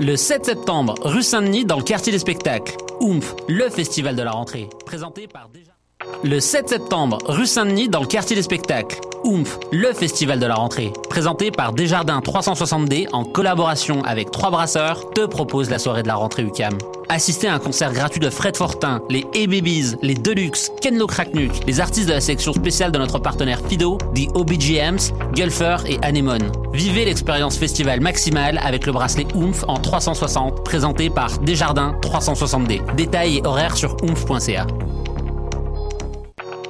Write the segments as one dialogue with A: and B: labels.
A: Le 7 septembre, rue Saint-Denis, dans le quartier des spectacles. Oomph, le festival de la rentrée. Présenté par déjà. Le 7 septembre, rue Saint-Denis, dans le quartier des spectacles. Oomph, le festival de la rentrée. Présenté par Desjardins 360D en collaboration avec Trois Brasseurs, te propose la soirée de la rentrée UCAM. Assistez à un concert gratuit de Fred Fortin, les A-Babies, les Deluxe, Kenlo Kraknuk, les artistes de la section spéciale de notre partenaire Fido, The OBGMs, Gulfer et Anemone. Vivez l'expérience festival maximale avec le bracelet Oomph en 360, présenté par Desjardins 360D. Détails et horaires sur oomph.ca.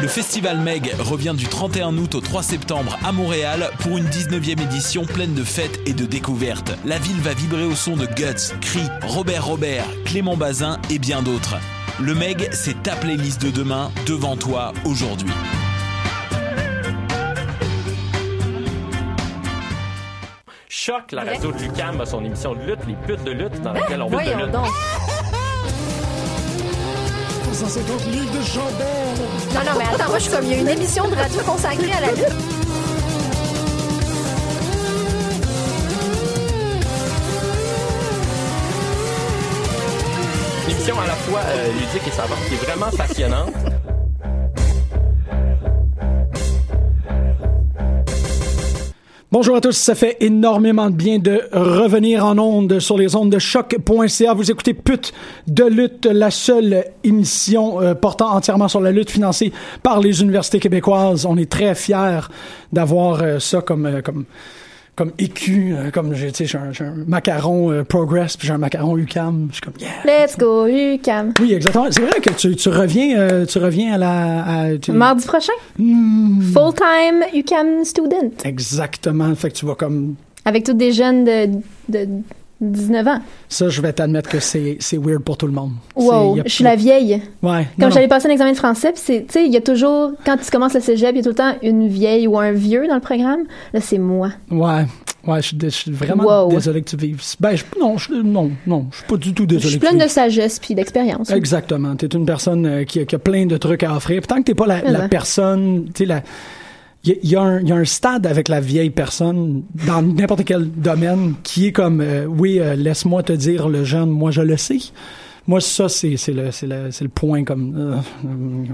B: Le festival Meg revient du 31 août au 3 septembre à Montréal pour une 19e édition pleine de fêtes et de découvertes. La ville va vibrer au son de Guts, Cri, Robert Robert, Clément Bazin et bien d'autres. Le Meg, c'est ta playlist de demain devant toi aujourd'hui.
C: Choc, la radio de Lucam a son émission de lutte, les putes de lutte, dans laquelle on va de lutte.
D: Non, non, mais attends, moi, je suis comme, il y a une émission de radio consacrée à la lutte.
C: Une émission à la fois euh, ludique et savante qui est vraiment passionnante.
E: Bonjour à tous, ça fait énormément de bien de revenir en ondes sur les ondes de choc.ca. Vous écoutez Pute de lutte, la seule émission euh, portant entièrement sur la lutte financée par les universités québécoises. On est très fiers d'avoir euh, ça comme, euh, comme, comme écu, euh, comme j'ai, tu sais, j'ai un, j'ai un macaron euh, Progress, puis j'ai un macaron UCAM. Je suis comme, yeah!
F: Let's go, UCAM.
E: Oui, exactement. C'est vrai que tu, tu reviens, euh, tu reviens à la... à- tu-
F: Mardi prochain,
E: Hmm,
F: full-time UCAM student.
E: Exactement. Fait que tu vas comme...
F: Avec tous des jeunes de, de 19 ans.
E: Ça, je vais t'admettre que c'est, c'est weird pour tout le monde. C'est-
F: Wow,
E: y a
F: je suis la vieille.
E: Ouais. non,
F: Comme
E: non.
F: j'avais passé un examen de français, puis c'est, tu sais, il y a toujours, quand tu commences le cégep, il y a tout le temps une vieille ou un vieux dans le programme. Là, c'est moi.
E: Ouais. Ouais, je suis, dé- je suis vraiment
F: Wow.
E: désolé que tu vives. Ben, je- non, je, non, non, je suis pas du tout
F: Je
E: désolé.
F: suis
E: que tu
F: pleine de
E: vives.
F: sagesse puis d'expérience.
E: Exactement. T'es une personne euh, qui, a- qui a plein de trucs à offrir. Puis tant que t'es pas la,
F: Mais
E: la
F: ben.
E: personne, tu sais, la. Il y, a- il y a un- il y a un stade avec la vieille personne dans n'importe quel domaine qui est comme euh, oui euh, laisse-moi te dire le jeune moi je le sais moi ça c'est c'est le c'est le c'est le point comme euh,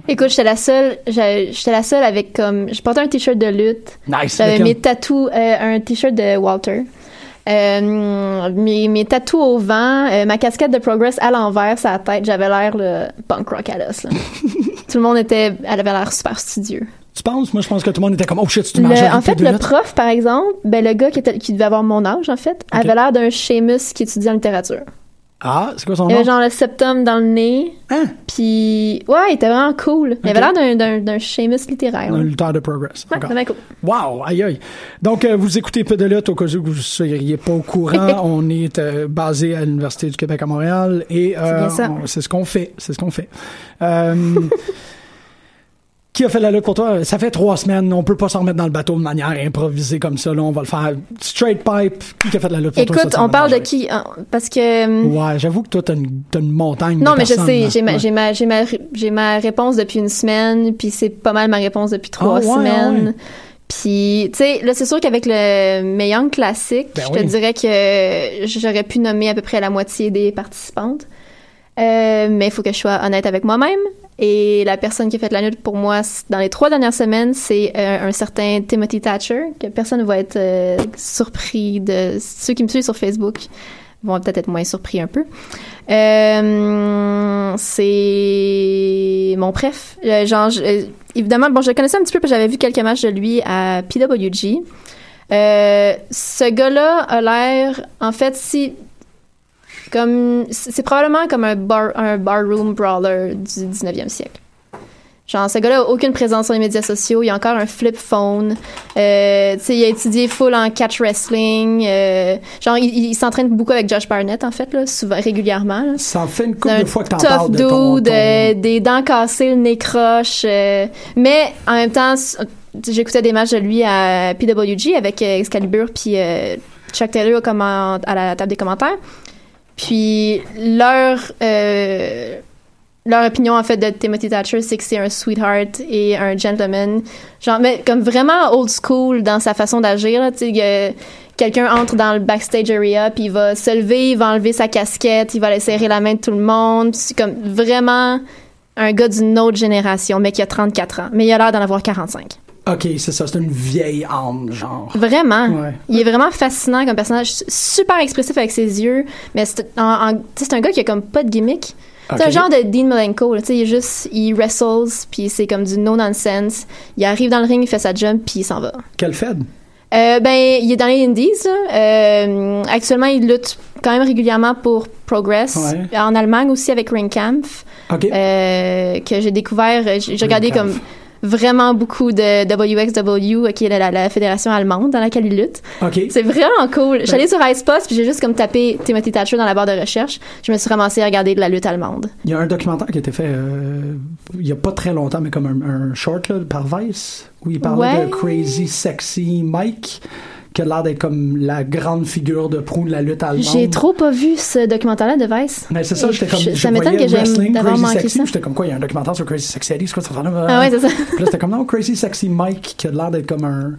F: Écoute, j'étais la seule, j'a- j'étais la seule avec comme, je portais un t-shirt de lutte.
E: nice
F: J'avais
E: lequel?
F: mes tatous, euh, un t-shirt de Walter. Euh, mes, mes tatous au vent, euh, ma casquette de Progress à l'envers, sa tête, j'avais l'air le punk rock à l'os. là. Tout le monde était, elle avait l'air super studieux.
E: tu penses moi je pense que tout le monde était comme oh shit c'est
F: Le-
E: une majorité
F: en fait,
E: de
F: le
E: lutte.
F: prof, par exemple, ben, le gars qui, était, qui devait avoir mon âge, en fait,
E: Ok.
F: avait l'air d'un Seamus qui étudie en littérature.
E: ah c'est quoi son
F: Il
E: nom
F: avait Euh, genre le septum dans le nez,
E: Hein?
F: puis ouais, il était vraiment cool. Il avait
E: Ok.
F: l'air d'un- d'un d'un Seamus littéraire.
E: un
F: là.
E: lutteur de progress
F: Ouais,
E: encore.
F: vraiment cool.
E: Wow, aïe aïe. Donc, euh, vous écoutez Peu de lutte au cas où vous ne seriez pas au courant. on est euh, basé à l'Université du Québec à Montréal et euh,
F: C'est bien ça.
E: on- c'est ce qu'on fait. C'est ce qu'on fait. Euh, Qui a fait la lutte pour toi? Ça fait trois semaines. On peut pas s'en remettre dans le bateau de manière improvisée comme ça. Là, on va le faire straight pipe. Qui a fait la lutte pour toi?
F: Écoute,
E: cette
F: on
E: semaine,
F: parle de
E: Marjorie?
F: qui? hein, Parce que...
E: Ouais, j'avoue que toi, t'as une, t'as une montagne. de
F: Non, mais je
E: personnes,
F: sais,
E: là.
F: j'ai ma,
E: Ouais.
F: j'ai ma, j'ai ma, j'ai ma réponse depuis une semaine, puis c'est pas mal ma réponse depuis trois
E: ouais, ah ouais.
F: semaines. Puis, tu sais, là, c'est sûr qu'avec le Meyang classique,
E: Ben
F: je
E: oui.
F: te dirais que j'aurais pu nommer à peu près la moitié des participantes. Euh, mais il faut que je sois honnête avec moi-même. Et la personne qui a fait la lutte pour moi c- dans les trois dernières semaines, c'est euh, un certain Timothy Thatcher, que personne ne va être euh, surpris de. Ceux qui me suivent sur Facebook vont peut-être être moins surpris un peu. Euh, c'est mon préf. Euh, genre, je- euh, évidemment, bon, je le connaissais un petit peu parce que j'avais vu quelques matchs de lui à PWG. Euh, ce gars-là a l'air, en fait, si comme c'est probablement comme un bar un barroom brawler du 19e siècle. Genre, ce gars-là a aucune présence sur les médias sociaux. Il a encore un flip phone. Euh, tu sais, il a étudié full en catch wrestling. Euh, genre, il, il s'entraîne beaucoup avec Josh Barnett, en fait, là, souvent, régulièrement. là.
E: Ça fait une couple
F: Un
E: de fois que t'en
F: tough
E: parles de ton,
F: dude,
E: ton-
F: euh, des dents cassées, le nez croche. euh, mais en même temps, s- j'écoutais des matchs de lui à PWG avec euh, Excalibur puis euh, Chuck Taylor au comment- à la table des commentaires. Puis leur euh, leur opinion en fait de Timothy Thatcher, c'est que c'est un sweetheart et un gentleman. Genre, mais comme vraiment old school dans sa façon d'agir. là, Tu sais, il y a- quelqu'un entre dans le backstage area, puis il va se lever, il va enlever sa casquette, il va aller serrer la main de tout le monde. Puis C'est comme vraiment un gars d'une autre génération, mais qui a 34 ans. Mais il a l'air d'en avoir 45.
E: Ok, c'est ça. C'est une vieille âme, genre.
F: Vraiment.
E: Ouais.
F: Il est vraiment fascinant comme personnage, su- super expressif avec ses yeux, mais c'est en- en- tu sais, c'est un gars qui a comme pas de gimmick. C'est
E: Ah, Ok.
F: un genre de Dean Malenko, là, tu sais, il est juste, il wrestles, puis c'est comme du no-nonsense. Il arrive dans le ring, il fait sa jump, puis il s'en va.
E: Quelle fed?
F: Euh, ben, il est dans les Indies. là. Euh, actuellement, il lutte quand même régulièrement pour Progress.
E: Ouais.
F: En Allemagne aussi avec Ringkampf,
E: Ok.
F: euh, que j'ai découvert. euh, J'ai j'ai regardé
E: Ringkampf.
F: comme vraiment beaucoup de WXW, euh, qui est la, la- la fédération allemande dans laquelle il lutte.
E: ok.
F: C'est vraiment cool. J'allais sur Icebox, puis j'ai juste comme tapé Timothy Thatcher dans la barre de recherche. Je me suis ramassée à regarder de la lutte allemande.
E: Il y a un documentaire qui a été fait euh, il y a pas très longtemps, mais comme un, un short là, par Vice, où il parlait
F: Ouais.
E: de Crazy Sexy Mike, qui a l'air d'être comme la grande figure de proue de la lutte allemande.
F: J'ai trop pas vu ce documentaire-là de Vice.
E: Mais Ben, c'est ça, j'étais comme.
F: Je-
E: je
F: ça m'étonne
E: voyais
F: que j'aime
E: Wrestling,
F: d'avoir
E: Crazy
F: manqué
E: Sexy,
F: ça.
E: puis J'étais comme quoi, il y a un documentaire sur Crazy Sexy, Ali, c'est quoi cette affaire-là?
F: Ah ouais, c'est ça.
E: Puis là, c'était comme non, Crazy Sexy Mike, qui a l'air d'être comme un,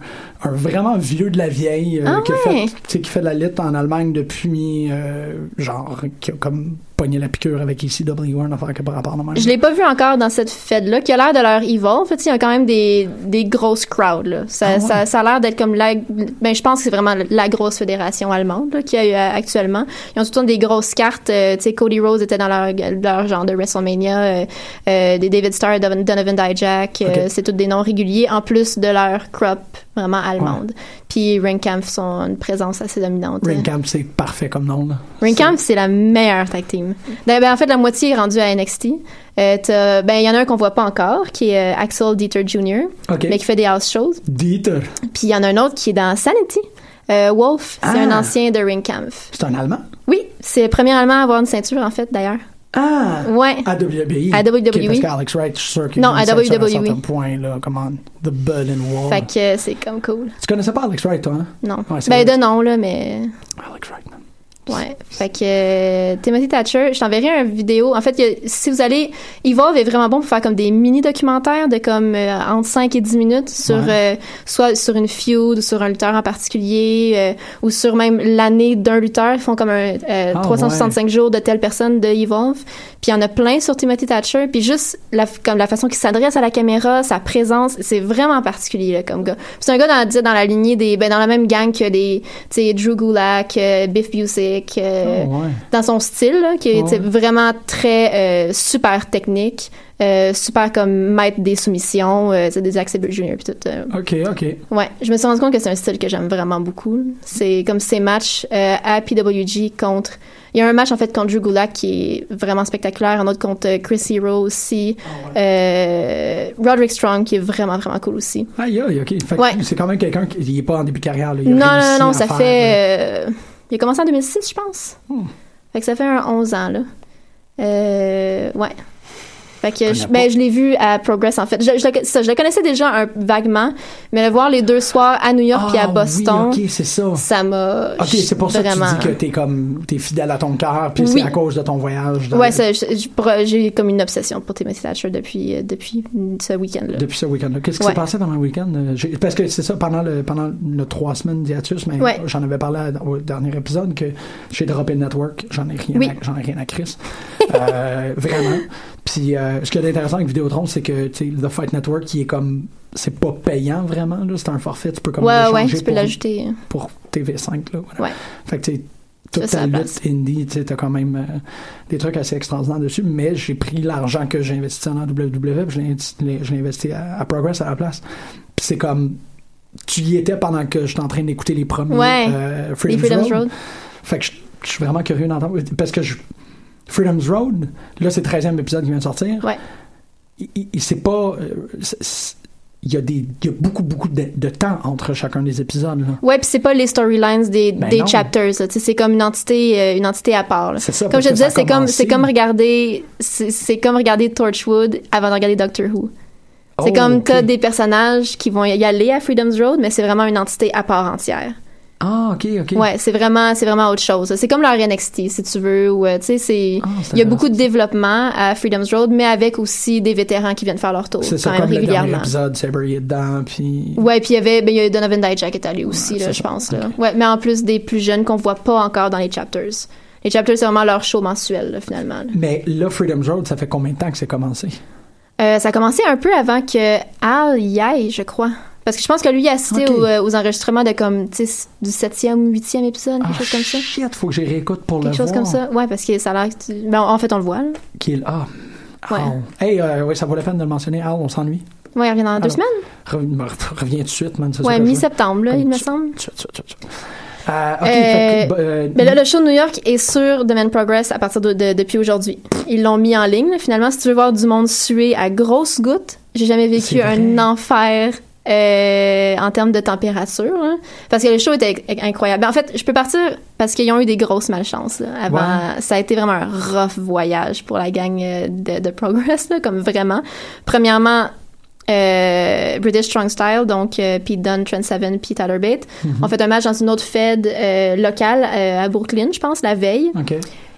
E: un vraiment vieux de la vieille, euh,
F: Ah
E: qui, a
F: ouais.
E: fait, tu sais, qui fait de la lutte en Allemagne depuis, euh, genre, qui a comme pogné la piqûre avec ECW, une affaire qui a pas rapport à même.
F: Je l'ai pas vu encore dans cette fête-là, qui a l'air de leur evil. En fait, il y a quand même des, des grosses crowds. Là. Ça,
E: Ah ouais.
F: ça, ça a l'air d'être comme la... Ben, je pense que c'est vraiment la grosse fédération allemande là, qu'il y a eu euh, actuellement. Ils ont tout le temps des grosses cartes. euh, tu sais, Cody Rose était dans leur, leur genre de WrestleMania. euh, euh, des David Starr, Donovan Donovan Dijak. euh,
E: Ok.
F: c'est tous des noms réguliers, en plus de leur crop vraiment allemande. Puis Ringkampf sont une présence assez dominante. euh,
E: Ring Camp, c'est parfait comme nom, là.
F: Ringcamp, c'est la meilleure tag team. Ben, ben, en fait, la moitié est rendue à NXT. Euh, t'as- ben, il y en a un qu'on voit pas encore, qui est euh, Axel Dieter Jr.,
E: OK.
F: mais qui fait des house shows.
E: Dieter,
F: Puis il y en a un autre qui est dans Sanity. Euh, Wolf, c'est
E: Ah.
F: un ancien de Ringkampf.
E: c'est un Allemand?
F: Oui, c'est le premier Allemand à avoir une ceinture, en fait, d'ailleurs.
E: Ah!
F: Ouais.
E: À WWE.
F: À WWE.
E: Ok, parce qu'Alex Wright, je suis sûr qu'il
F: Non,
E: a une
F: à
E: ceinture un
F: WWE.
E: certain point, là, come on. The Berlin Wall.
F: Fait que euh, c'est comme cool.
E: Tu connaissais pas Alex Wright, toi, hein?
F: Non.
E: Ah. Ouais, c'est
F: ben,
E: vrai.
F: de nom, là, mais.
E: Alex Wright, man.
F: Ouais. Fait que euh, Timothy Thatcher, je t'enverrai une vidéo. En fait, il y a- si vous allez, Evolve est vraiment bon pour faire comme des mini-documentaires de comme euh, entre 5 et 10 minutes sur euh, soit sur une feud, ou sur un lutteur en particulier, euh, ou sur même l'année d'un lutteur. Ils font comme un euh,
E: Ah,
F: 365 jours de telle personne de Evolve. Puis il y en a plein sur Timothy Thatcher. Puis juste la, f- comme la façon qu'il s'adresse à la caméra, sa présence, c'est vraiment particulier là, comme gars. Puis c'est un gars dans, la- dans la lignée des, ben, dans la même gang que des, tu sais, Drew Gulak, euh, Biff Busick, euh,
E: Oh, ouais.
F: dans son style, là, qui est tu sais,
E: Ouais.
F: vraiment très euh, super technique, euh, super comme maître des soumissions, euh, tu sais, des accès junior puis tout. euh,
E: OK, OK.
F: Ouais, je me suis rendu compte que c'est un style que j'aime vraiment beaucoup. C'est comme ces matchs euh, à PWG contre. Il y a un match en fait contre Drew Gulak qui est vraiment spectaculaire, un autre contre euh, Chris Hero aussi,
E: Ah,
F: euh, Roderick Strong qui est vraiment vraiment cool aussi.
E: Aïe, aïe, OK. Fait que
F: Ouais.
E: c'est quand même quelqu'un qui n'est pas en début de carrière. Là. Il a
F: Non non
E: réussi
F: non,
E: à
F: ça
E: faire,
F: fait. euh, il a commencé en 2006 je pense.
E: Hmm.
F: Fait que ça fait un 11 ans là. Euh, ouais. Fait Fait que je, ben, je l'ai vu à Progress, en fait. Je, je le, ça, je le connaissais déjà un, vaguement, mais le voir les deux soirs à New euh, York
E: Ah,
F: puis à Boston,
E: Oui, ok, c'est ça.
F: ça m'a.
E: Ok, c'est pour ça que tu
F: vraiment-
E: dis que t'es comme t'es fidèle à ton cœur, puis
F: Oui.
E: c'est à cause de ton voyage. dans-
F: Ouais, ça, je- je pourrais- j'ai comme une obsession pour Timothy Thatcher depuis, euh, depuis ce week-end-là.
E: Depuis ce week-end-là. Qu'est-ce qui s'est
F: Ouais.
E: passé pendant le week-end? Euh, j'ai- Parce que c'est ça, pendant le, pendant le trois semaines d'hiatus, mais
F: Ouais.
E: j'en avais parlé à- au dernier épisode que j'ai droppé le network. J'en ai rien,
F: Oui.
E: à, j'en ai rien à Chris. Euh, vraiment. Puis euh, ce qui est intéressant avec Vidéotron, c'est que tu sais, The Fight Network, qui est comme. C'est pas payant vraiment, là. C'est un forfait. Tu peux comme
F: ouais,
E: le
F: ouais,
E: changer
F: tu peux
E: pour-
F: l'ajouter. euh,
E: pour TV5. Là, voilà.
F: Ouais.
E: Fait que tu sais,
F: Tu
E: toute
F: fais ça
E: ta
F: à la
E: lutte indie, tu sais, t'as quand même euh, des trucs assez extraordinaires dessus, mais j'ai pris l'argent que j'ai investi en WWE, puis je l'ai inti- l'ai je l'ai investi à, à Progress à la place. Puis c'est comme, tu y étais pendant que j'étais en train d'écouter les premiers
F: Ouais.
E: euh,
F: Les
E: Freedom's,
F: Freedom's
E: Road.
F: Road.
E: Fait que je je suis vraiment curieux d'entendre, parce que je- Freedom's Road, là c'est le 13e épisode qui vient de sortir,
F: Ouais.
E: il- il, il- c'est pas... euh, c'est- c'est- il y, a des, il y a beaucoup, beaucoup de, de temps entre chacun des épisodes. là.
F: Ouais, puis c'est pas les storylines des,
E: Ben
F: des
E: non.
F: chapters. là. Tu sais, C'est comme une entité, euh, une entité à part. là.
E: C'est ça,
F: Comme
E: parce
F: je
E: que
F: disais,
E: ça
F: c'est
E: a
F: comme,
E: commencé-
F: c'est comme regarder, c'est c'est comme regarder Torchwood avant de regarder Doctor Who. C'est
E: Oh,
F: comme t'as
E: ok.
F: des personnages qui vont y aller à Freedom's Road, mais c'est vraiment une entité à part entière.
E: Ah, ok, ok.
F: Ouais, c'est vraiment, c'est vraiment autre chose. C'est comme leur NXT, si tu veux, ou euh, tu sais, c'est,
E: Ah, c'est
F: il y a beaucoup de développement à Freedom's Road, mais avec aussi des vétérans qui viennent faire leur tour
E: C'est
F: quand
E: ça,
F: même
E: comme le dernier
F: régulièrement.
E: épisode, Saber il est dedans, puis...
F: Ouais, puis il y avait, ben, il y a Donovan Dijak qui est allé aussi,
E: Ouais,
F: là,
E: c'est
F: je
E: ça.
F: pense, là. Ouais, mais en plus des plus jeunes qu'on voit pas encore dans les chapters. Les chapters, c'est vraiment leur show mensuel, là, finalement. là.
E: Mais là, Freedom's Road, ça fait combien de temps que c'est commencé?
F: Euh, ça a commencé un peu avant que Al y aille, je crois. Parce que je pense que lui, il a assisté
E: Ok.
F: aux, euh, aux enregistrements de comme, tu sais, du 7e ou 8e épisode, quelque chose comme ça.
E: Ah, shit, faut que j'y réécoute pour le
F: Quelque chose
E: voir.
F: comme ça. Ouais, parce que ça a l'air que tu- ben, en fait, on le voit, là.
E: Qui est- Ah,
F: Ouais.
E: Al. Hey, euh, ouais, ça vaut la peine de le mentionner, Al, on s'ennuie.
F: Ouais, il revient dans deux
E: Alors,
F: semaines.
E: Re- re- Reviens tout de suite, man, c'est ça
F: Ouais,
E: que je veux.
F: mi-septembre, là,
E: Comme
F: il me
E: tu-
F: semble.
E: Tu- tu- tu- tu- Euh,
F: Euh,
E: ok, fait que, bah, euh,
F: Mais là, le show de New York est sur The Man Progress à partir de, de- depuis aujourd'hui. Ils l'ont mis en ligne. là. Finalement, si tu veux voir du monde suer à grosses gouttes, j'ai jamais vécu
E: C'est vrai.
F: un enfer euh, en termes de température. hein. Parce que le show était inc- incroyable. Ben, En fait, je peux partir parce qu'ils ont eu des grosses malchances. là, avant,
E: Ouais.
F: ça a été vraiment un rough voyage pour la gang euh, de, de Progress, là, comme vraiment. Premièrement, euh, British Strong Style, donc euh, Pete Dunne, Trent Seven, Pete Tyler Bate,
E: Mhm.
F: ont fait un match dans une autre Fed euh, locale euh, à Brooklyn, je pense, la veille.
E: Ok.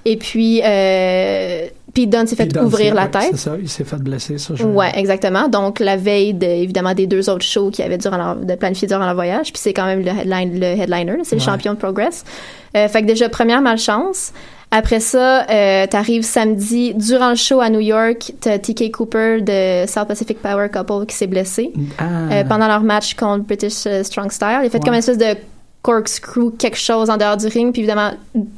F: Et puis, euh, Pete Dunne s'est fait
E: Puis dans le
F: ouvrir
E: film,
F: la
E: ouais,
F: tête.
E: C'est ça, il s'est fait blesser, ça. je-
F: Ouais, exactement. Donc, la veille, de- évidemment, des deux autres shows qu'il y avait durant leur, de planifier durant leur voyage. Puis c'est quand même le, headline, le headliner, là, c'est le
E: Ouais.
F: champion de Progress. Euh, fait que déjà, première malchance. Après ça, euh, t'arrives samedi, durant le show à New York, t'as TK Cooper de South Pacific Power Couple qui s'est blessé
E: Ah,
F: euh, pendant leur match contre British euh, Strong Style. Il a fait
E: Ouais.
F: comme une espèce de corkscrew, quelque chose en dehors du ring, puis évidemment,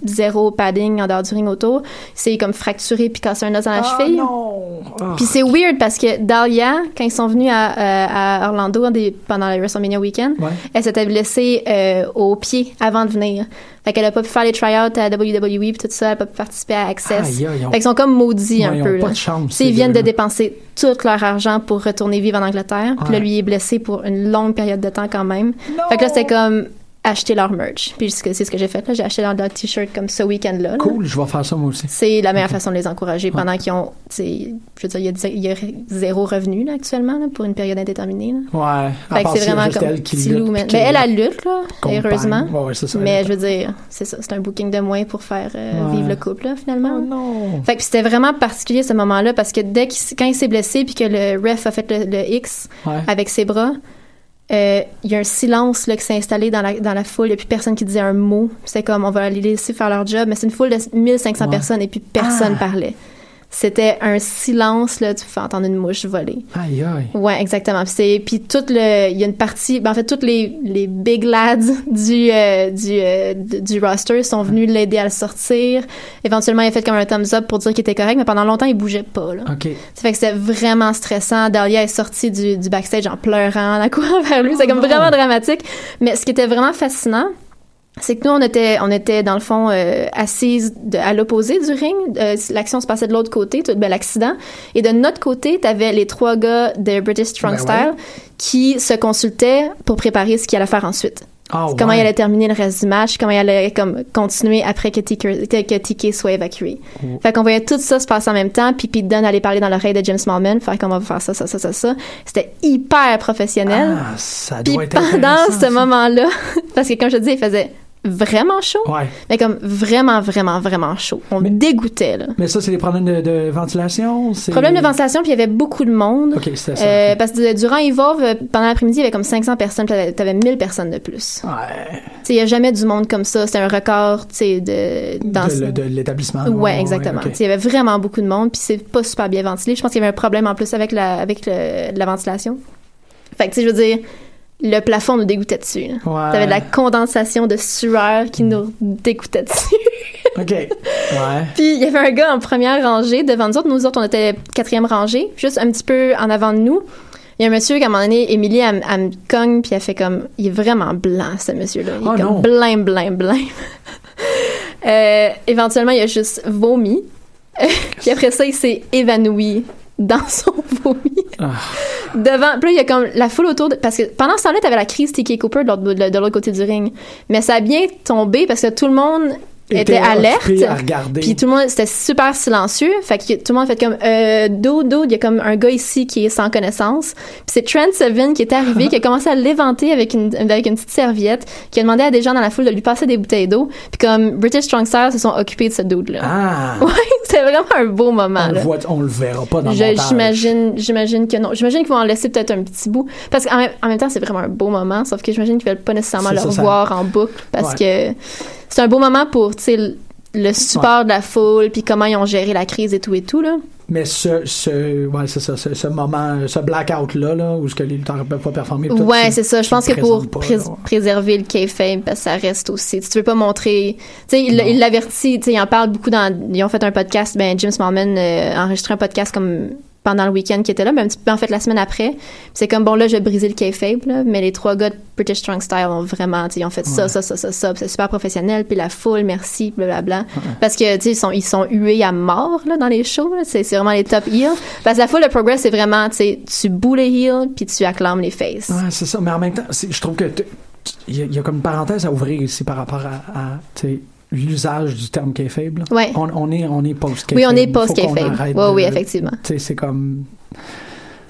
F: zéro padding en dehors du ring autour. C'est comme fracturé puis cassé un os dans la
E: ah,
F: cheville.
E: non! Ah.
F: Puis c'est weird parce que Dahlia, quand ils sont venus à, euh, à Orlando des- pendant le WrestleMania weekend,
E: Ouais.
F: elle s'était blessée euh, au pied avant de venir. Fait qu'elle a pas pu faire les tryouts à WWE puis tout ça, elle a pas pu participer à Access.
E: Aïe, aïe, ils ont-
F: fait qu'ils sont comme maudits
E: ouais,
F: un
E: ils ont
F: peu.
E: pas
F: là.
E: de chance,
F: Tu sais,
E: ces
F: ils viennent de
E: deux-là.
F: dépenser tout leur argent pour retourner vivre en Angleterre. Puis là,
E: Ouais.
F: lui, il est blessé pour une longue période de temps quand même.
E: Non!
F: Fait que là, c'était comme acheter leur merch. Puis c'est ce que- c'est ce que j'ai fait. là. J'ai acheté leur, leur t-shirt comme ce week-end-là. là.
E: Cool, je vais faire ça moi aussi.
F: C'est la meilleure façon de les encourager pendant qu'ils ont, tu sais, je veux dire, il y a dix- il y, a zéro revenu là, actuellement là, pour une période indéterminée. Là.
E: Ouais,
F: Fait
E: à
F: que
E: part
F: c'est
E: s'il y a
F: vraiment
E: juste
F: comme
E: elle qui
F: petit
E: lutte,
F: loup,
E: puis
F: mais-
E: qui
F: mais elle, elle lutte, là,
E: compagne.
F: heureusement.
E: Ouais, ouais, c'est ça.
F: mais
E: elle
F: je veux dire, c'est ça, c'est un booking de moins pour faire euh,
E: Ouais.
F: vivre le couple, là, finalement.
E: Oh non!
F: Fait que c'était vraiment particulier ce moment-là parce que dès qu'il s- quand il s'est blessé puis que le ref a fait le, le X
E: Ouais.
F: avec ses bras, euh, il y a un silence là, qui s'est installé dans la, dans la foule. Il n'y a plus personne qui disait un mot. C'est comme on va les laisser faire leur job, mais c'est une foule de 1500
E: Ouais.
F: personnes et puis personne
E: Ah.
F: parlait. C'était un silence, là, tu fais entendre une mouche voler.
E: Aïe, aïe.
F: Ouais, exactement. Puis, c'est- puis tout le, il y a une partie, ben en fait, toutes les, les big lads du, euh, du, euh, d- du roster sont venus l'aider à le sortir. Éventuellement, il a fait comme un thumbs up pour dire qu'il était correct, mais pendant longtemps, il bougeait pas, là.
E: OK.
F: Ça fait que c'était vraiment stressant. Dahlia est sortie du, du backstage en pleurant, en courant vers lui. C'est comme vraiment dramatique. Mais ce qui était vraiment fascinant, c'est que nous, on était, on était dans le fond euh, assises de- à l'opposé du ring. Euh, L'action se passait de l'autre côté, tout ben, l'accident. Et de notre côté, t'avais les trois gars de British Strong
E: Ben
F: Style qui se consultaient pour préparer ce qu'ils allaient faire ensuite.
E: Ah,
F: C'est comment
E: ouais.
F: il allait terminer le reste du match, comment il allait comme, continuer après que TK, que TK soit évacué.
E: Oh.
F: Fait qu'on voyait tout ça se passer en même temps, puis Pete Dunne allait parler dans l'oreille de James Smallman, faire comment on va faire ça, ça, ça, ça, ça. C'était hyper professionnel.
E: Ah, ça
F: puis
E: doit être
F: pendant
E: intéressant,
F: ce
E: ça.
F: moment-là, parce que comme je te dis, il faisait vraiment chaud,
E: Ouais.
F: mais comme vraiment, vraiment, vraiment chaud. On
E: Oh. Mais-
F: dégoûtait, là.
E: Mais ça, c'est des problèmes de, de ventilation? c'est-
F: Problème de ventilation, puis il y avait beaucoup de monde.
E: OK, c'était ça.
F: Euh, parce que durant Evolve, euh, pendant l'après-midi, il y avait comme 500 personnes, puis t'avais- t'avais 1000 personnes de plus.
E: Ouais.
F: Tu sais, Il n'y a jamais du monde comme ça. C'était un record, tu sais, de... Dans
E: de, de l'établissement.
F: Ouais, exactement.
E: Ah, ok.
F: Tu sais, Il y avait vraiment beaucoup de monde, puis c'est pas super bien ventilé. Je pense qu'il y avait un problème en plus avec la, avec le- la ventilation. Fait que, tu sais, je veux dire, le plafond nous dégoûtait dessus. là.
E: Ouais.
F: T'avais de la condensation de sueur qui nous dégoûtait dessus.
E: OK. Ouais.
F: Puis il y avait un gars en première rangée devant nous autres. Nous autres, on était quatrième rangée, juste un petit peu en avant de nous. Il y a un monsieur qui, à un moment donné, Émilie, elle, me- elle me cogne, puis elle fait comme... Il est vraiment blanc, ce monsieur-là. Il est
E: Oh
F: comme
E: non.
F: blanc, blanc, blanc. Euh, éventuellement, il a juste vomi. puis après ça, il s'est évanoui dans son vomi.
E: Ah.
F: Devant... Puis là, il y a comme la foule autour de... Parce que pendant ce temps-là, t'avais la crise Tiki Cooper de l'autre bout- de l'autre côté du ring. Mais ça a bien tombé parce que tout le monde était,
E: Était
F: alerte.
E: occupé à regarder.
F: Puis tout le monde, c'était super silencieux. Fait que tout le monde a fait comme, euh, dos, dos, il y a comme un gars ici qui est sans connaissance. Puis c'est Trent Seven qui est arrivé, qui a commencé à l'éventer avec une, avec une petite serviette, qui a demandé à des gens dans la foule de lui passer des bouteilles d'eau. Puis comme British Strong Style se sont occupés de ce dude-là.
E: Ah!
F: Ouais, c'était vraiment un beau moment,
E: On le,
F: là.
E: voit, on le verra pas dans le
F: Je-
E: montage.
F: J'imagine, j'imagine que non. J'imagine qu'ils vont en laisser peut-être un petit bout. Parce qu'en même- en même temps, c'est vraiment un beau moment, sauf que j'imagine qu'ils veulent pas nécessairement
E: C'est
F: le
E: ça, ça-
F: revoir en boucle parce que c'est un beau moment pour, tu sais, le- le support de la foule, puis comment ils ont géré la crise et tout et tout, là.
E: Mais ce, ce, ouais, c'est ça, ce, ce moment, ce blackout-là, là, où ce que les lutteurs ne peuvent pas performer. tout,
F: Ouais, c'est ça. Je
E: tu
F: pense
E: le
F: que pour
E: présentes pas,
F: prés-
E: là, ouais.
F: préserver le kayfabe, parce que ça reste aussi. Tu veux pas montrer. Tu sais, il il l'avertit. Tu sais, il en parle beaucoup dans. Ils ont fait un podcast. Ben, James Smallman euh, a enregistré un podcast comme pendant le week-end qui était là, mais un petit peu en fait la semaine après. Puis C'est comme bon là, je vais briser le kayfabe, là, mais les trois gars de British Strong Style ont vraiment, tu sais, ils ont fait ça, ça, ça, ça, ça. puis C'est super professionnel. Puis la foule, merci, blablabla. Parce que tu sais, ils sont, ils sont hués à mort là dans les shows. là. C'est c'est vraiment les top heels. Parce que la foule, le progress, c'est vraiment, tu sais, tu boules les heels puis tu acclames les faces.
E: Ouais, c'est ça. Mais en même temps, c'est- je trouve que t- t- il y, a- il y a comme une parenthèse à ouvrir ici par rapport à, à, tu sais, l'usage du terme kayfabe. là.
F: Ouais.
E: On, on est, on est post-kayfabe.
F: Oui, on est
E: Il faut qu'on
F: post-kayfabe.
E: arrête
F: Ouais,
E: de-
F: oui, effectivement.
E: tu sais, C'est comme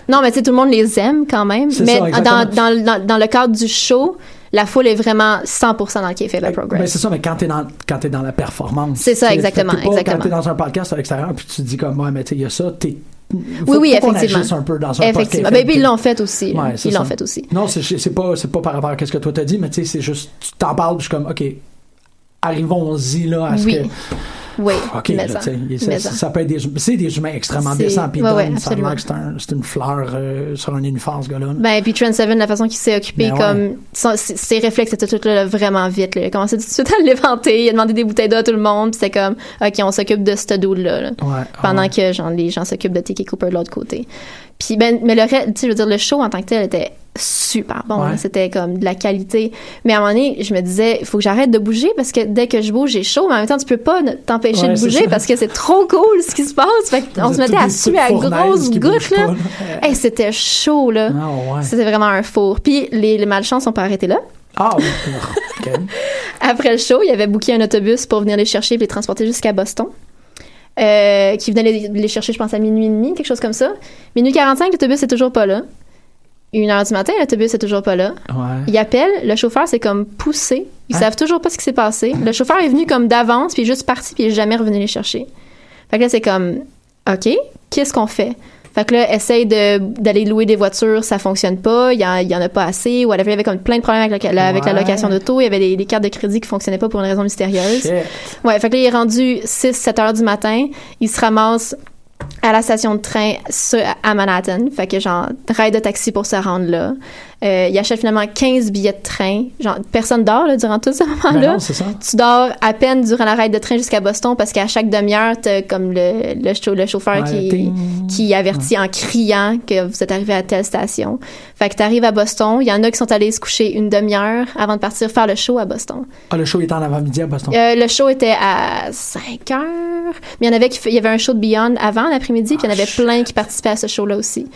F: Non, mais tu sais, tout le monde les aime quand même.
E: C'est
F: Mais
E: ça, exactement.
F: dans, dans, dans, dans le cadre du show, la foule est vraiment 100% dans le kayfabe à
E: Mais
F: Progress.
E: Eh, Ben, c'est ça, mais quand t'es dans, quand t'es dans la performance.
F: C'est ça,
E: tu sais,
F: exactement,
E: fait que t'es pas-
F: exactement.
E: Quand t'es dans un podcast à l'extérieur, puis tu te dis comme, ouais, mais tu sais, il y a ça, t'es.
F: oui,
E: faut-
F: oui,
E: faut qu'on
F: effectivement.
E: agisse un peu dans un
F: effectivement.
E: podcast.
F: Ben, puis ils l'ont fait aussi. là.
E: Ouais, c'est
F: ils l'ont
E: ça.
F: fait aussi.
E: Non, c'est c'est pas, c'est pas par rapport à ce que toi t'as dit, mais tu sais, c'est juste, tu t'en parles, puis je suis comme, OK, arrivons-y, là, à ce
F: Oui.
E: que.
F: Oui,
E: OK,
F: mais
E: là,
F: ça.
E: tu sais, il-
F: mais
E: ça,
F: ça.
E: ça peut être des, hum- c'est des humains extrêmement
F: C'est-
E: décents, puis
F: ouais,
E: Don,
F: ouais,
E: ça a l'air
F: absolument.
E: que c'est un- c'est une fleur euh, sur un uniforme, ce gars-là. là.
F: Ben, puis Trent Seven, la façon qu'il s'est occupé,
E: Ben ouais.
F: comme, son- ses- ses réflexes étaient tout là, là, vraiment vite, là. Il a commencé tout de suite à l'éventer, il a demandé des bouteilles d'eau à tout le monde, puis c'est comme, OK, on s'occupe de ce dude-là, là.
E: Ouais,
F: pendant
E: ouais.
F: que genre, les gens s'occupent de Tiki Cooper de l'autre côté. Puis ben mais le reste, tu sais, je veux dire le show en tant que tel était super bon,
E: Ouais.
F: là. c'était comme de la qualité. Mais à un moment donné, je me disais il faut que j'arrête de bouger parce que dès que je bouge, j'ai chaud, mais en même temps tu peux pas ne- t'empêcher
E: Ouais,
F: de
E: c'est
F: bouger
E: ça.
F: parce que c'est trop cool ce qui se passe. Fait que on
E: Vous
F: se
E: êtes
F: mettait
E: tous
F: à
E: des
F: suer à
E: petites fournaises
F: grosses
E: qui
F: gouttes
E: bougent
F: là.
E: pas, là.
F: Euh, Hey, c'était chaud là.
E: Ah, ouais.
F: C'était vraiment un four. Puis les, les malchances ont pas arrêté là.
E: Ah, ouais. OK.
F: Après le show, il avait booké un autobus pour venir les chercher et les transporter jusqu'à Boston. Euh, qui venait les, les chercher, je pense, à minuit et demi, quelque chose comme ça. Minuit 45, l'autobus est toujours pas là. Une heure du matin, l'autobus est toujours pas là.
E: Ouais.
F: Il appelle, le chauffeur s'est comme poussé. Ils
E: Hein?
F: savent toujours pas ce qui s'est passé. Le chauffeur est venu comme d'avance, puis il est juste parti, puis il est jamais revenu les chercher. Fait que là, c'est comme, OK, qu'est-ce qu'on fait? Fait que là, essaye de- d'aller louer des voitures, ça fonctionne pas, il y, en- il y en a pas assez, ou il y avait comme plein de problèmes avec, la- la, avec la
E: Ouais.
F: location d'auto, il y avait les, les cartes de crédit qui fonctionnaient pas pour une raison mystérieuse.
E: Shit.
F: Ouais, fait que là, il est rendu 6-7 heures du matin. Il se ramasse à la station de train sur- à Manhattan. Fait que, genre, ride de taxi pour se rendre là. Euh, il achète finalement 15 billets de train. Genre, personne dort, Ah, là, durant tout ce
E: Ben
F: moment-là.
E: non, c'est ça.
F: tu dors à peine durant la ride de train jusqu'à Boston parce qu'à chaque demi-heure, t'as comme le, le, chau- le chauffeur
E: Ouais,
F: qui,
E: ting.
F: qui avertit en criant que vous êtes arrivé à telle station. Fait que t'arrives à Boston. Il y en a qui sont allés se coucher une demi-heure avant de partir faire le show à Boston.
E: Ah, le show est en avant-midi à Boston.
F: Euh, le show était à 5 heures, mais il y en avait qui f- il y avait un show de Beyond avant l'après-midi, puis il y en avait
E: Ah,
F: plein qui participaient à ce show-là aussi.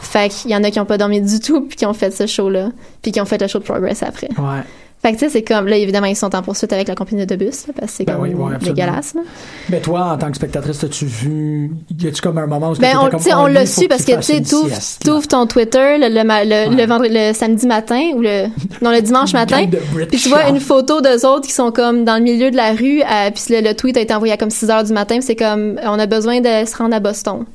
F: Fait qu'il y en a qui ont pas dormi du tout, puis qui ont fait ce show-là, puis qui ont fait le show de Progress après.
E: Ouais.
F: Fait que tu sais, c'est comme, là, évidemment, ils sont en poursuite avec la compagnie d'autobus, là, parce que c'est
E: Ben
F: comme
E: oui, ouais, absolument.
F: dégueulasse. là.
E: Mais toi, en tant que spectatrice, as-tu vu. Y a-tu comme un moment où
F: Ben, on,
E: t'étais comme,
F: tu sais,
E: oh,
F: on
E: lui,
F: l'a
E: faut
F: su parce
E: qu'il
F: que, tu
E: fasse
F: sais,
E: une
F: t'ouvres
E: sieste, là.
F: t'ouvres ton Twitter le, le, ma- le,
E: Ouais.
F: le, vendredi- le samedi matin ou le, non, le dimanche matin.
E: Gang de British
F: Puis tu vois
E: Shark.
F: une photo d'eux autres qui sont comme dans le milieu de la rue, euh, puis le, le tweet a été envoyé à comme 6 heures du matin, puis c'est comme, on a besoin de se rendre à Boston.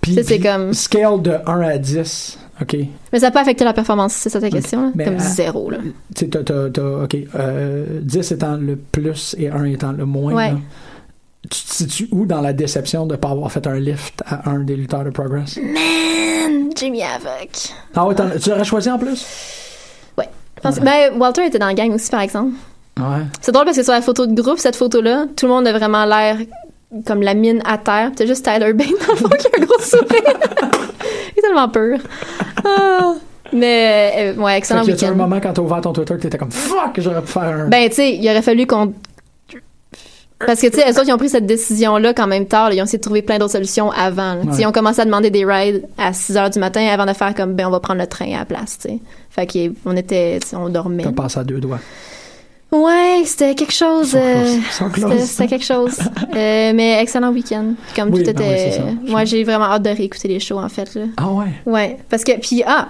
E: Puis,
F: tu sais, c'est
E: puis,
F: comme-
E: Scale de 1 à 10. OK. Tu
F: Mais ça peut affecter leur performance, c'est ça ta question, là?
E: Mais euh,
F: Comme
E: à-
F: zéro, là.
E: sais, t'as. t'as- t'as- OK. euh, 10 étant le plus et 1 étant le moins.
F: Ouais.
E: là. Tu te situes où dans la déception de ne pas avoir fait un lift à un des lutteurs de Progress?
F: Man, Jimmy Havoc.
E: Ah ouais, t'en- tu l'aurais choisi en plus?
F: Je pense- Ben, Walter était dans la gang aussi, par exemple.
E: Ouais.
F: C'est drôle parce que sur la photo de groupe, cette photo-là, tout le monde a vraiment l'air comme la mine à terre. Puis T'as juste Tyler Bane dans le fond qui a un gros sourire. Il est tellement pur. Ah. Mais, euh, ouais,
E: Fait
F: excellent
E: qu'il y a-tu un
F: week-end.
E: moment quand t'as ouvert ton Twitter que t'étais comme fuck, j'aurais pu faire un.
F: Ben, tu sais, il aurait fallu qu'on. Parce que, tu sais, eux autres, ils ont pris cette décision-là quand même tard. là. Ils ont essayé de trouver plein d'autres solutions avant. là. Tu sais,
E: Ouais.
F: Ils ont commencé à demander des rides à 6 h du matin avant de faire comme, ben, on va prendre le train à la place, tu sais. Fait qu'on était, tu sais, on dormait.
E: T'as passé à deux doigts.
F: Ouais, c'était quelque chose.
E: Sans
F: euh,
E: close, sans close.
F: c'était- C'était quelque chose. Euh, mais excellent week-end. Comme
E: Oui,
F: tout
E: ben oui, c'est
F: était.
E: ça.
F: Moi, j'ai vraiment hâte de réécouter les shows, en fait. Là.
E: Ah ouais.
F: Ouais. Parce que, puis, ah,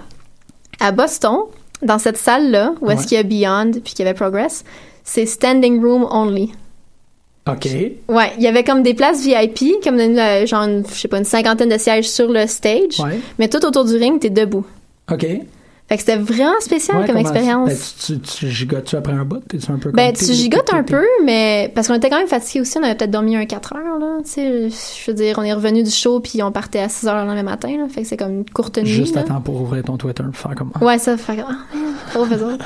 F: à Boston, dans cette salle-là, où est-ce
E: Ouais.
F: qu'il y a Beyond puis qu'il y avait Progress, c'est standing room only.
E: OK.
F: Ouais, il y avait comme des places VIP, comme une, euh, genre, une- je sais pas, une cinquantaine de sièges sur le stage.
E: Ouais.
F: Mais tout autour du ring, t'es debout.
E: OK.
F: Fait que c'était vraiment spécial
E: Ouais,
F: comme
E: comment-
F: expérience.
E: Ben, tu, tu, tu gigotes-tu après un bout? T'es-tu un peu
F: Ben,
E: comme-
F: tu gigotes un peu, mais parce qu'on était quand même fatigués aussi, on avait peut-être dormi un 4 heures, là. Tu sais, je veux dire, on est revenu du show, puis on partait à 6 heures le lendemain matin, là. Fait que c'est comme une courte nuit.
E: Juste
F: là.
E: à temps pour ouvrir ton Twitter pour faire comme.
F: Ouais, ça, fait que, ah, man, trop faisant.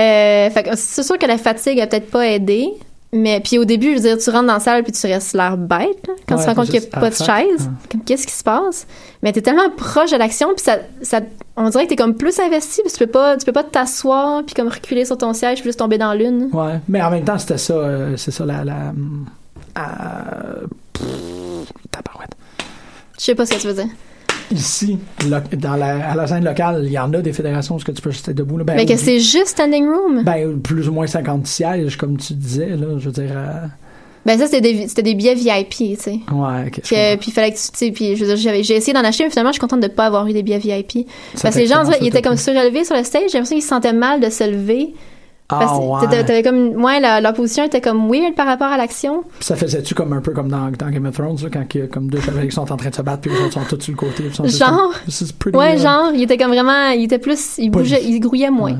F: euh, fait que c'est sûr que la fatigue a peut-être pas aidé, mais puis au début, je veux dire, tu rentres dans la salle, puis tu restes l'air bête, là, quand
E: Ouais,
F: tu te rends compte qu'il n'y
E: juste,
F: a pas de
E: ah, fuck,
F: chaise.
E: ah.
F: Comme, qu'est-ce qui se passe? Mais t'es tellement proche de l'action, puis ça, ça, on dirait que t'es comme plus investi, puis tu peux pas, tu peux pas t'asseoir, puis comme reculer sur ton siège, puis juste tomber dans l'une.
E: Ouais, mais en même temps, c'était ça, euh, c'est ça la. la hum, euh, pff, tabarouette.
F: Je sais pas ce que tu veux dire.
E: Ici, lo- dans la, à la scène locale, il y en a des fédérations où ce que tu peux rester debout. Là. Ben,
F: mais que
E: oui.
F: c'est juste standing room. Ben,
E: Ben, plus ou moins 50 sièges, comme tu disais, là. Je veux dire. euh,
F: Ben, ça, c'était des, c'était des billets VIP, tu sais.
E: ouais, ok. je
F: Que,
E: comprends.
F: puis il fallait que tu, tu sais, puis je veux dire, j'avais- j'ai essayé d'en acheter, mais finalement, je suis contente de ne pas avoir eu des billets VIP.
E: Cette
F: Parce que les gens, on dirait, ils étaient comme
E: expérience-là,
F: surélevés sur le stage, j'ai l'impression qu'ils se sentaient mal de se lever. Parce que
E: Ah,
F: t'étais-
E: ouais.
F: t'avais comme, ouais, la- leur position était comme weird par rapport à l'action.
E: Puis Ça faisait-tu comme un peu comme dans, dans Game of Thrones, là, quand il y a comme deux chevaliers qui sont en train de se battre, puis les autres sont tous sur le côté. puis sont juste
F: Genre.
E: comme, This is pretty,
F: Ouais,
E: euh,
F: genre, ils étaient comme vraiment, ils étaient plus, ils
E: Pas
F: bougeaient,
E: du-
F: ils grouillaient moins.
E: Ouais.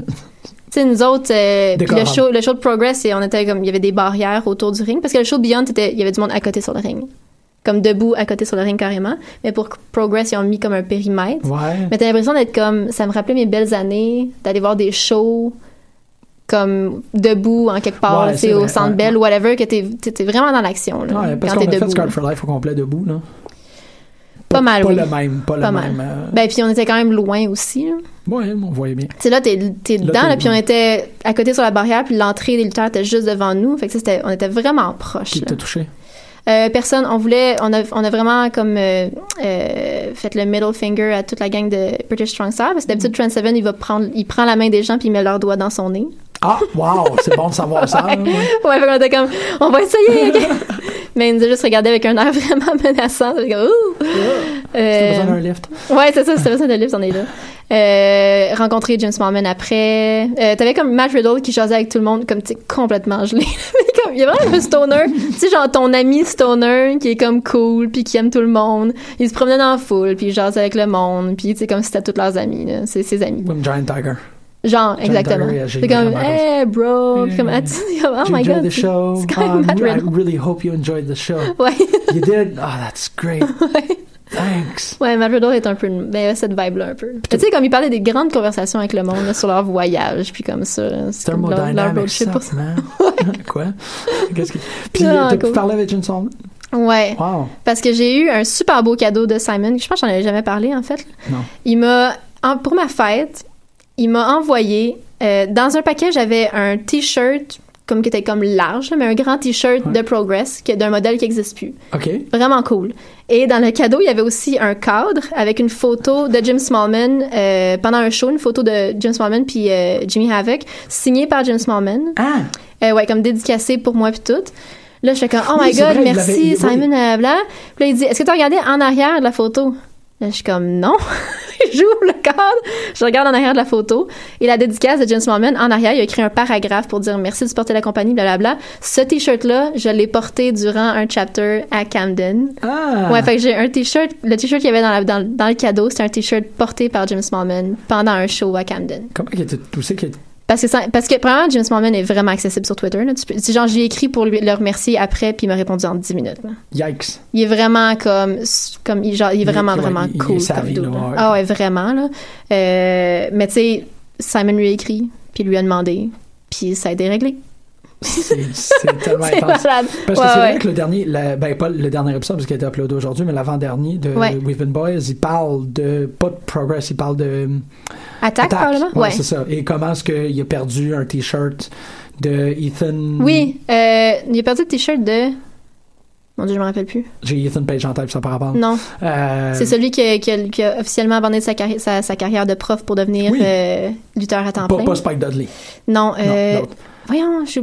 F: Tu sais, nous autres, euh, puis le
E: Décorable.
F: show, le show de Progress, et on était comme, il y avait des barrières autour du ring. Parce que le show de Beyond, était- il y avait du monde à côté sur le ring. Comme debout à côté sur le ring carrément. Mais pour Progress, ils ont mis comme un périmètre.
E: Ouais.
F: Mais t'as l'impression d'être comme, ça me rappelait mes belles années, d'aller voir des shows comme debout en quelque part,
E: Ouais,
F: tu
E: c'est
F: sais,
E: vrai,
F: au centre
E: ouais.
F: Bell ou whatever, que t'es t'es- t'es vraiment dans l'action, là,
E: Ouais, parce
F: quand
E: qu'on
F: t'es
E: a fait
F: debout.
E: Scarred for Life au complet debout, là.
F: Pas mal,
E: Pas
F: oui.
E: le même, pas,
F: Pas
E: le
F: mal.
E: même. euh,
F: Ben, puis on était quand même loin aussi, là.
E: Ouais, on voyait bien.
F: Tu sais, là, t'es, t'es
E: Là,
F: dedans,
E: t'es
F: là, puis on était à côté sur la barrière, puis l'entrée des lutteurs était juste devant nous. Fait que ça, c'était, on était vraiment proches.
E: Qui
F: là.
E: t'a touché?
F: Euh, personne, on voulait, on a, on a vraiment comme euh, euh, fait le middle finger à toute la gang de British Strong Style, parce que d'habitude,
E: Mm.
F: Trent Seven, il va prendre, il prend la main des gens, puis il met leur doigt dans son nez.
E: Ah, wow, c'est bon de savoir ça. hein, ouais.
F: Ouais, fait qu'on était comme, on va essayer, ok? Mais il nous a juste regardé avec un air vraiment menaçant. Fait que, ouh!
E: T'as
F: Euh,
E: besoin d'un lift.
F: Ouais, c'est ça, c'était ça de livre, on est là. Euh, rencontrer James Mormon après. Euh, T'avais comme Matt Riddle qui jasait avec tout le monde, comme, tu sais, complètement gelé. Mais comme, il y a vraiment un peu stoner. tu sais, genre ton ami stoner qui est comme cool, puis qui aime tout le monde. Il se promenait dans la foule, puis il jasait avec le monde, puis tu sais, comme si c'était tous leurs amis, là. C'est ses amis.
E: Comme Giant Tiger.
F: Genre, exactement.
E: Tiger, yeah, j'ai
F: C'est comme,
E: vraiment
F: hey, bro, puis comme,
E: Yeah.
F: ah, tu sais, comme, oh
E: you
F: my
E: enjoyed
F: god.
E: the show?
F: c'est quand même
E: Um,
F: Matt
E: I
F: Riddle.
E: really hope you enjoyed the show.
F: Ouais.
E: You did? Oh, that's great. Thanks.
F: Ouais, Matt Riddle est un peu ben, il a cette vibe-là un peu. Tu sais, comme il parlait des grandes conversations avec le monde là, sur leur voyage, puis comme ça. là, c'est comme leur, leur
E: Thermodynamic
F: bullshit pour
E: sucks,
F: ça.
E: man. Quoi? Qu'est-ce que... Puis euh,
F: Non,
E: t'as pu
F: cool.
E: parler avec Jim Solomon?
F: Ouais,
E: Wow.
F: parce que j'ai eu un super beau cadeau de Simon. Je pense que j'en avais jamais parlé en fait.
E: Non.
F: Il m'a en- pour ma fête, il m'a envoyé euh, dans un paquet j'avais un t-shirt comme qui était comme large, là, mais un grand t-shirt de Progress, qui est d'un modèle qui n'existe plus.
E: OK.
F: Vraiment cool. Et dans le cadeau, il y avait aussi un cadre avec une photo de Jim Smallman euh, pendant un show, une photo de Jim Smallman puis euh, Jimmy Havoc, signée par Jim Smallman.
G: Ah!
F: Euh, ouais, comme dédicacé pour moi puis tout. Là, j'étais comme, oh my
E: Oui, c'est
F: god,
E: vrai, il l'avait-
F: merci,
E: oui.
F: Simon, euh, bla. Puis là, il dit, est-ce que tu as regardé en arrière de la photo? Là, je suis comme, non. J'ouvre le cadre, je regarde en arrière de la photo. Et la dédicace de James Mormon, en arrière, il a écrit un paragraphe pour dire merci de supporter la compagnie, blablabla. Ce t-shirt-là, je l'ai porté durant un chapter à Camden.
E: Ah!
F: Ouais, fait que j'ai un t-shirt, le t-shirt qu'il y avait dans, la- dans, dans le cadeau, c'était un t-shirt porté par James Mormon pendant un show à Camden.
E: Comment qu'il était toussé? qu'il était-
F: Parce que, ça- parce que premièrement, James Mormon est vraiment accessible sur Twitter. Là. Tu peux, genre, j'ai écrit pour lui, le remercier après, puis il m'a répondu en 10 minutes. là.
E: Yikes.
F: Il est vraiment comme, comme il, genre, il est
E: Il est-
F: vraiment,
E: ouais,
F: vraiment
E: il- il est
F: cool.
E: savvy,
F: comme dude,
E: là,
F: là.
E: ouais.
F: Ah ouais, vraiment. Là. Euh, mais tu sais, Simon lui a écrit, puis lui a demandé, puis ça a été réglé.
E: C'est c'est tellement
F: c'est
E: intense.
F: malade.
E: Parce que
F: Ouais,
E: c'est
F: ouais.
E: vrai que le dernier, la- ben pas le dernier épisode parce qu'il a été uploadé aujourd'hui, mais l'avant-dernier de
F: Ouais.
E: We've Been Boys, il parle de, pas de progress, il parle de
F: Attaque,
E: attaque.
F: probablement?
E: Ouais,
F: Ouais.
E: c'est ça. Et comment est-ce qu'il a perdu un t-shirt de Ethan.
F: Oui, euh, il a perdu le t-shirt de. Mon dieu, je me rappelle plus.
E: J'ai Ethan Page en tête, ça par rapport.
F: Non,
E: Euh,
F: c'est celui qui a, qui a- qui a officiellement abandonné sa, carri- sa, sa carrière de prof pour devenir
E: Oui.
F: euh, lutteur à temps
E: Pas,
F: plein.
E: pas Spike Dudley.
F: Non, euh,
E: l'autre.
F: voyons, je...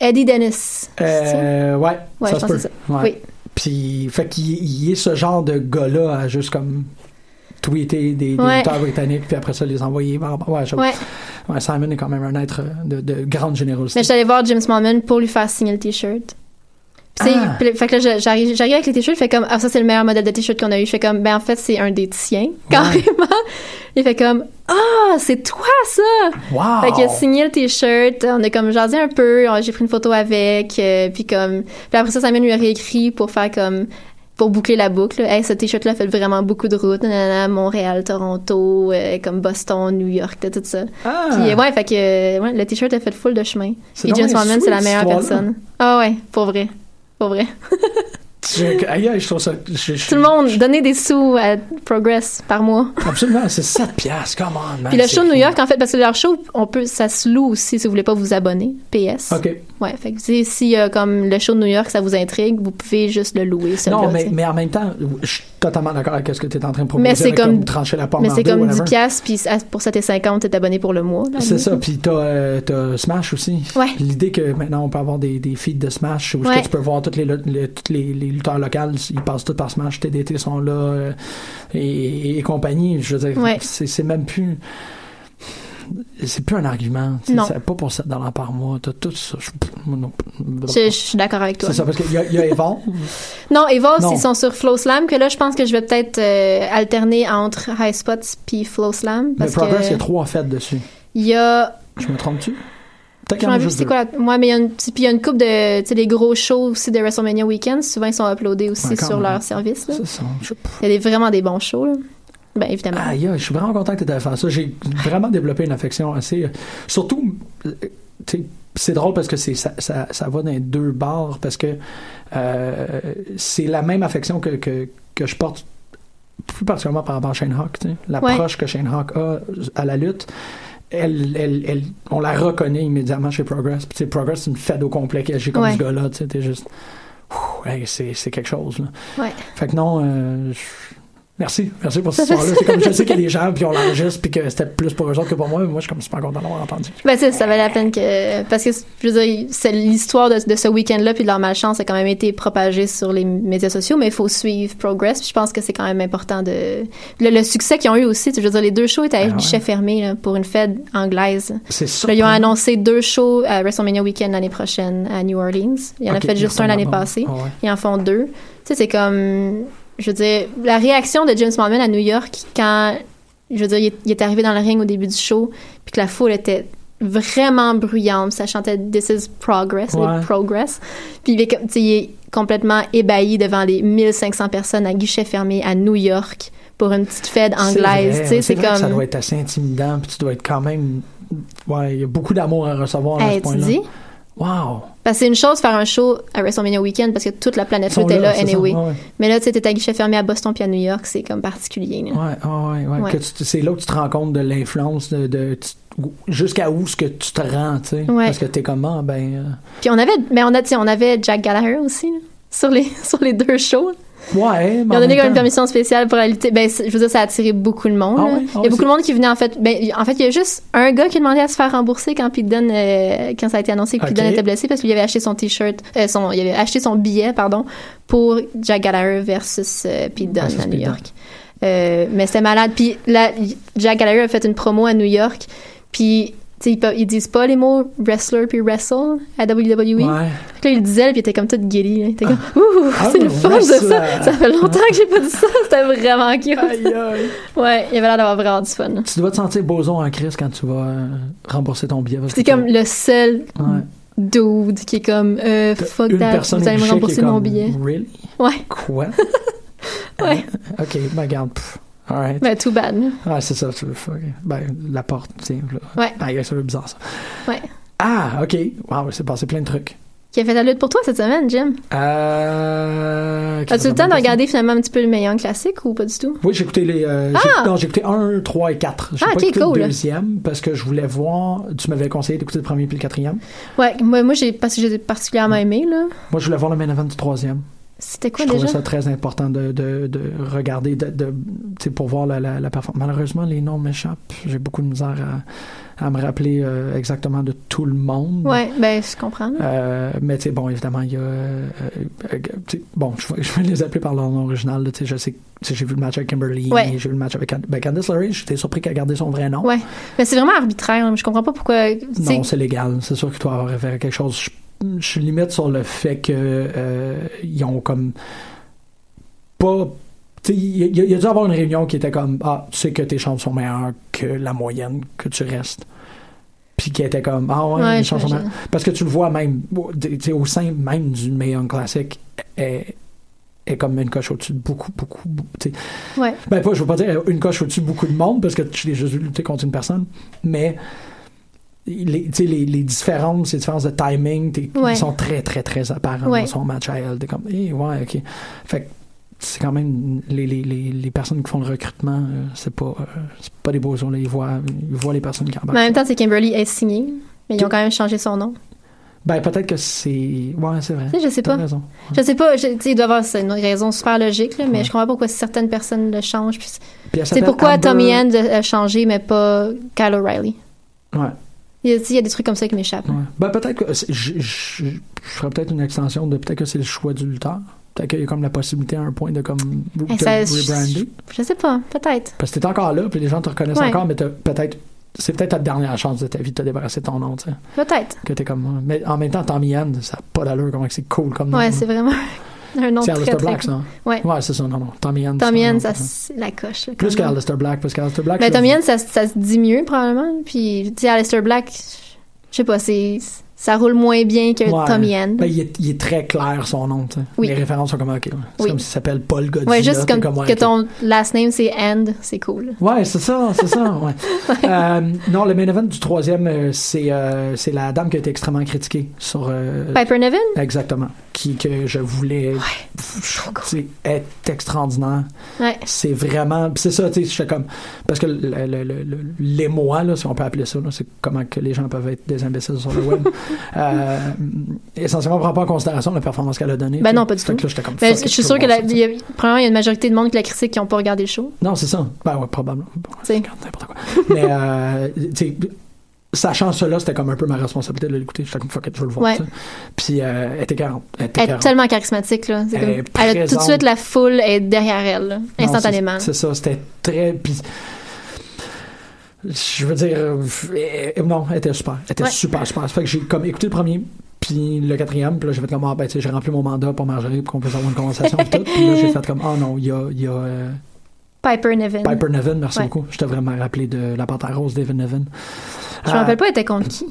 F: Eddie Dennis.
E: Euh, ouais,
F: Ouais,
E: ça
F: je
E: se
F: pense
E: peut.
F: que c'est
E: Ouais.
F: Oui.
E: Puis, fait qu'il il est ce genre de gars-là à juste comme tweeter des, des
F: Ouais.
E: lutteurs britanniques, puis après ça les envoyer. par rapport- Ouais, je-
F: Ouais.
E: ouais, Simon est quand même un être euh, de, de grande générosité.
F: Mais je suis allée voir James Mormon pour lui faire signer le t-shirt. Puis, tu sais,
E: Ah.
F: puis, fait que là, je- j'arrive, j'arrive avec les t-shirts, fait comme, ah, ça, c'est le meilleur modèle de t-shirt qu'on a eu. Je fais comme, ben, en fait, c'est un des tiens, carrément. Il fait comme, ah, c'est toi, ça!
E: Wow!
F: Fait qu'il a signé le t-shirt, on a comme jasé un peu, on- j'ai pris une photo avec, euh, puis comme... Puis après ça, Samuel lui a réécrit pour faire comme... pour boucler la boucle. Hey, ce t-shirt-là fait vraiment beaucoup de routes, nanana, Montréal, Toronto, euh, comme Boston, New York, tout tout ça.
E: Ah!
F: Puis ouais, fait que euh, ouais, le t-shirt a fait full de chemin.
E: C'est
F: Puis
E: donc
F: James
E: bien
F: Mormon,
E: sweet,
F: c'est la meilleure
E: cette
F: personne. Ah ouais, pour vrai. Pour vrai.
E: Je- aïe, aïe, je trouve ça. je- je-
F: Tout le monde, donnez des sous à Progress par mois.
E: Absolument, c'est 7 piastres, come on, man.
F: Puis le
E: Ah, c'est
F: show de New
E: fou.
F: York, en fait, parce que leur show, on peut, ça se loue aussi si vous voulez pas vous abonner. PS.
E: OK.
F: Ouais, fait que si, si euh, comme le show de New York, ça vous intrigue, vous pouvez juste le louer. celui-là,
E: Non,
F: tu
E: mais,
F: sais.
E: mais en même temps, je suis totalement d'accord avec ce que tu es en train de proposer.
F: Mais c'est
E: avec
F: comme-
E: trancher la pomme
F: mais
E: en
F: c'est
E: deux,
F: comme
E: whatever.
F: 10 piastres, puis à- pour 7,50, t'es abonné pour le mois. là,
E: C'est
F: lui.
E: ça, puis t'as euh, t'as Smash aussi.
F: Ah, Ouais.
E: L'idée que maintenant on peut avoir des, des feeds de Smash où est-ce
F: Ouais.
E: que tu peux voir toutes les, lut- le- toutes les, les lutteurs locales, ils passent tous par Smash, TDT sont là euh, et, et compagnie. Je veux dire,
F: Ouais.
E: c'est c'est même plus. C'est plus un argument. tu sais,
F: Non.
E: c'est Pas pour 7 dollars par mois. T'as tout ça. Je- moi, non.
F: Je, je suis d'accord avec toi.
E: C'est ça, parce qu'il y a, il y a Evolve.
F: Non, Evolve,
E: Non.
F: ils sont sur Flow Slam, que là, je pense que je vais peut-être euh, alterner entre High Spots puis Flow Slam.
E: mais
F: Parce
E: Progress, il y a
F: que
E: trois fêtes dessus.
F: il y a
E: Je me trompe-tu? Peut-être
F: Je
E: qu'il
F: me
E: y en a
F: rappelle plus
E: juste
F: c'est quoi la... Ouais, mais il y a une, puis il y a une couple de, tu sais, les gros shows aussi de WrestleMania Weekend. Souvent, ils sont uploadés aussi
E: Ouais, quand
F: sur
E: même.
F: leur service.
E: deux.
F: là.
E: Ça, ça, je-
F: Il y a des, vraiment des bons shows, là. Ben, évidemment.
E: Aïe, aïe, je suis vraiment content que tu aies fait ça. J'ai vraiment développé une affection assez. euh, Surtout, euh, tu sais, c'est drôle parce que c'est ça, ça, ça va dans les deux bords parce que euh, c'est la même affection que, que, que je porte plus particulièrement par rapport à Shane Hawk. tu sais. L'approche que Shane Hawk a à la lutte. Elle, elle, elle- on la reconnaît immédiatement chez Progress. Puis, tu sais, Progress, c'est une fête au complet. que J'ai comme
F: Ouais.
E: ce gars-là, tu sais, t'es juste. Ouh, hey, c'est c'est quelque chose. Là.
F: Ouais.
E: Fait que non, euh, je- merci, merci pour cette histoire-là. C'est comme je sais qu'il y a des gens, puis on l'enregistre, puis que c'était plus pour eux autres que pour moi, mais moi je suis comme super content d'avoir entendu.
F: Ben, tu sais, ça valait la peine que. Parce que, je veux dire, c'est l'histoire de, de ce week-end-là, puis de leur malchance a quand même été propagée sur les médias sociaux, mais il faut suivre Progress, puis je pense que c'est quand même important de. Le, le succès qu'ils ont eu aussi, tu sais, je veux dire, les deux shows étaient à
E: Ah ouais.
F: guichet fermé, là, pour une fête anglaise.
E: C'est
F: Là,
E: ça.
F: ils ont annoncé deux shows à WrestleMania Weekend l'année prochaine à New Orleans. Il y en a fait juste un l'année
E: Ah
F: passée. Ils en font deux. Tu sais, c'est comme. Je veux dire, la réaction de James Mormon à New York quand. Je veux dire, il est, il est arrivé dans le ring au début du show, puis que la foule était vraiment bruyante. Ça chantait This is progress,
E: Ouais.
F: like, progress. Puis il est, comme- tu sais, il est complètement ébahi devant les 1500 personnes à guichet fermé à New York pour une petite fête anglaise. Tu sais, c'est comme.
E: Ça doit être assez intimidant, puis tu dois être quand même. Ouais, il y a beaucoup d'amour à recevoir à
F: Hey,
E: ce
F: tu
E: point-là.
F: dis?
E: Wow.
F: Parce que c'est une chose faire un show à WrestleMania Weekend parce que toute la planète
E: Ils sont
F: était là,
E: c'est ça,
F: anyway.
E: ouais,
F: Mais là, tu sais, t'es à guichet fermé à Boston puis à New York, c'est comme particulier. là.
E: Ouais, ouais, ouais, ouais,
F: Ouais.
E: que tu te- c'est là que tu te rends compte de l'influence de, de- tu- où- jusqu'à où ce que tu te rends, tu sais,
F: Ouais.
E: parce que t'es comment, ben,
F: Puis on avait, mais on a, tiens, on avait Jack Gallagher aussi là, sur les sur les deux shows.
E: euh, ouais,
F: Ils
E: mais
F: ont
E: en
F: donné
E: même
F: comme une
E: temps-
F: permission spéciale pour aller lutter. Ben, c'est- je veux dire, ça a attiré beaucoup de monde.
E: Ah
F: là.
E: ouais? Ah
F: il y
E: ouais,
F: a beaucoup
E: c'est-
F: de monde qui venait en fait. Ben, il- en fait, il y a juste un gars qui a demandé à se faire rembourser quand Pete Dunne, euh, quand ça a été annoncé que
E: Ok.
F: Pete Dunne était blessé parce qu'il avait acheté son t-shirt, euh, son, il avait acheté son billet, pardon, pour Jack Gallagher versus euh, Pete Dunne
E: Versus
F: à
E: Pete
F: New
E: Dunne.
F: York. Euh, mais c'était malade. Puis là, y- Jack Gallagher a fait une promo à New York. Puis tu sais, ils, peuvent- ils disent pas les mots wrestler puis wrestle à E. WWE.
E: Ouais.
F: Puis là, il le disait, là, puis il était comme tout guéri. là. Il était comme, ouh,
E: Ah,
F: c'est le
E: ouais,
F: fun de
E: ça.
F: ça. Ça fait longtemps que j'ai pas dit ça. C'était vraiment cute.
E: Aïe, aïe.
F: Ouais, il avait l'air d'avoir vraiment du fun.
E: tu dois te sentir boson en crise quand tu vas euh, rembourser ton billet. parce
F: C'est
E: que-
F: comme le seul
E: Ouais.
F: dude qui est comme, euh,
E: T'as
F: fuck
E: une
F: that,
E: personne
F: vous allez
E: au
F: me
E: guichet
F: rembourser
E: qui est
F: mon
E: comme,
F: billet.
E: Really?
F: Ouais,
E: Quoi?
F: ouais.
E: ok, ben garde. pff, Alright.
F: Ben, too bad. là.
E: Ah, c'est ça, tu veux fuck. Ben, la porte, tiens. Là.
F: Ouais.
E: Ah, gars, ça veut bizarre ça.
F: Ouais.
E: Ah, ok. Wow, c'est passé plein de trucs.
F: Qui a fait la lutte pour toi cette semaine, Jim?
E: Euh,
F: As-tu le temps de
E: qu'est-ce que ça
F: regarder finalement un petit peu le meilleur classique ou pas du tout?
E: Oui, j'ai écouté les. euh, j'ai-
F: Ah!
E: Non, j'ai écouté 1, 3 et 4. J'ai
F: Ah,
E: pas
F: ok,
E: écouté
F: cool.
E: le deuxième parce que je voulais voir. Tu m'avais conseillé d'écouter le premier puis le quatrième.
F: Ouais, moi, moi j'ai, parce que j'ai particulièrement aimé, là.
E: Moi, je voulais voir le main event du troisième.
F: C'était quoi
E: je
F: déjà?
E: trouvais ça très important de, de, de regarder, de, de, tu sais, pour voir la, la, la performance. Malheureusement, les noms m'échappent. J'ai beaucoup de misère à, à me rappeler euh, exactement de tout le monde.
F: Ouais, ben, je comprends, là.
E: Euh, mais tu sais, bon, évidemment, il y a. euh, euh, tu sais, bon, je vais, je vais les appeler par leur nom original. là, Tu sais, je sais, tu sais, j'ai vu le match avec Kimberly,
F: Ouais.
E: j'ai vu le match avec Cand- ben, Candice LeRae. J'étais surpris qu'elle gardait son vrai nom.
F: Ouais. Mais c'est vraiment arbitraire, là. Je comprends pas pourquoi. tu sais,
E: Ah. Non, c'est légal. C'est sûr que tu dois avoir affaire à quelque chose. Je, je suis limite sur le fait que euh, ils ont comme pas. tu sais, Il y, a- il y a dû avoir une réunion qui était comme Ah, tu sais que tes chansons sont meilleures que la moyenne que tu restes. Puis qui était comme Ah ouais,
F: Ouais,
E: les chansons sont
F: j'imagine.
E: meilleures. Parce que tu le vois même, au- tu sais, au sein même du meilleur classique, est, est comme une coche au-dessus de beaucoup, beaucoup. beaucoup tu sais.
F: Ouais.
E: Ben, pas, je veux pas dire une coche au-dessus de beaucoup de monde parce que je l'ai juste vu lutter contre une personne, mais les, tu sais, les, les différences, les différences de timing, t'es-
F: Ouais.
E: ils sont très, très, très apparentes
F: Ouais.
E: dans son match à elle. T'es comme, eh, ouais, ok. Fait que c'est quand même les, les, les, les personnes qui font le recrutement, euh, c'est pas, euh, c'est pas des beaux yeux, là. Ils voient, ils voient les personnes qui embarquent.
F: Mais en même temps, c'est Kimberly est signée, mais ils ont quand même changé son nom.
E: Ben, peut-être que c'est. Ouais, c'est vrai.
F: Tu sais, je sais
E: T'as
F: pas.
E: raison.
F: Je sais pas, je- tu sais, il doit y avoir c'est une raison super logique, là, mais je comprends pas pourquoi certaines personnes le changent. puis c'est- Tu
E: Puis elle
F: sais,
E: s'appelle
F: pourquoi
E: Amber-
F: Tommy End a changé, mais pas Kyle O'Reilly.
E: Ouais.
F: Il y, a, tu sais, il y a des trucs comme ça qui m'échappent.
E: Ouais. Ben, peut-être que c'est- je, je, je ferais peut-être une extension de peut-être que c'est le choix du lutteur. Peut-être qu'il y a comme la possibilité à un point de comme
F: Eh,
E: te
F: ça-
E: rebrander.
F: Je sais pas, peut-être.
E: Parce que t'es encore là, puis les gens te reconnaissent
F: Ouais.
E: encore, mais t'as peut-être c'est peut-être ta dernière chance de ta vie de te débarrasser de ton nom, tu sais.
F: Peut-être.
E: Que t'es comme. Mais en même temps, Tommy Hand, ça n'a pas d'allure, comment que c'est cool comme nom.
F: ouais,
E: hein.
F: c'est vraiment un nom
E: C'est
F: très, très
E: Alistair Black, ça. hein.
F: Ouais.
E: Ouais, c'est ça, non, non. Tommy Hand.
F: Tommy
E: c'est un
F: End,
E: nom,
F: ça,
E: c'est
F: c'est la coche. là,
E: Plus
F: quand même.
E: qu'Alistair Black, parce qu'Alistair Black.
F: Mais
E: je-
F: Tommy End, ça, ça se dit mieux, probablement. Puis, tu sais, Alistair Black, je sais pas, c'est ça roule moins bien que
E: Ouais.
F: Tommy End.
E: Ben, il, est, il est très clair son nom, tu sais.
F: Oui.
E: Les références sont comme ok. là. C'est
F: Oui.
E: comme s'il s'appelle Paul Godzilla.
F: ouais, juste
E: t'es
F: comme,
E: ouais,
F: que
E: ok.
F: ton last name, c'est End, c'est cool.
E: Ouais, c'est ça, c'est ça. Ouais. Euh, non, le main event du troisième, euh, c'est euh, c'est la dame qui a été extrêmement critiquée sur. euh,
F: Piper Nevin?
E: Exactement. Qui que je voulais.
F: trop cool.
E: tu sais, est extraordinaire.
F: Ouais.
E: C'est vraiment. pis C'est ça, tu sais, j'étais comme. Parce que le- le- le- le- l'émoi, là, si on peut appeler ça, là, c'est comment que les gens peuvent être des imbéciles sur le web. Euh, essentiellement, on prend pas en considération la performance qu'elle a donnée.
F: Ben
E: tu sais.
F: non, pas du
E: Fait que
F: tout.
E: là, j'étais comme,
F: Ben,
E: fuck
F: je
E: it,
F: suis
E: je
F: sûre
E: veux
F: que la,
E: voir ça,
F: il y a, premièrement, il y a une majorité de monde qui la critique qui n'ont pas regardé le show.
E: Non, c'est ça. Ben ouais, probablement.
F: Tu sais.
E: Regarde, n'importe quoi. Mais, euh, tu sais, sachant cela, c'était comme un peu ma responsabilité de l'écouter. J'étais comme, fuck it, je veux le voir.
F: Ouais.
E: tu sais. Puis, euh, elle était 40. Elle était
F: Elle est
E: 40.
F: tellement charismatique, là. C'est
E: Elle
F: comme-
E: est
F: elle a tout de
E: présente.
F: suite la foule est derrière elle, là,
E: Non,
F: instantanément.
E: C'est c'est ça, c'était très. Puis, je veux dire, euh, euh, non, elle était super. Elle était
F: Ouais.
E: super, super. Ça fait que j'ai comme écouté le premier, puis le quatrième, puis là j'ai fait comme, ah ben tu sais, j'ai rempli mon mandat pour Marjorie, pour qu'on puisse avoir une conversation, puis tout. Puis là j'ai fait comme, ah non, il y a, il y a euh,
F: Piper Nevin.
E: Piper Nevin, merci
F: Ouais.
E: beaucoup. Je t'ai vraiment rappelé de la panthère rose d'Evan Nevin. Euh,
F: Je me rappelle pas, elle était contre qui.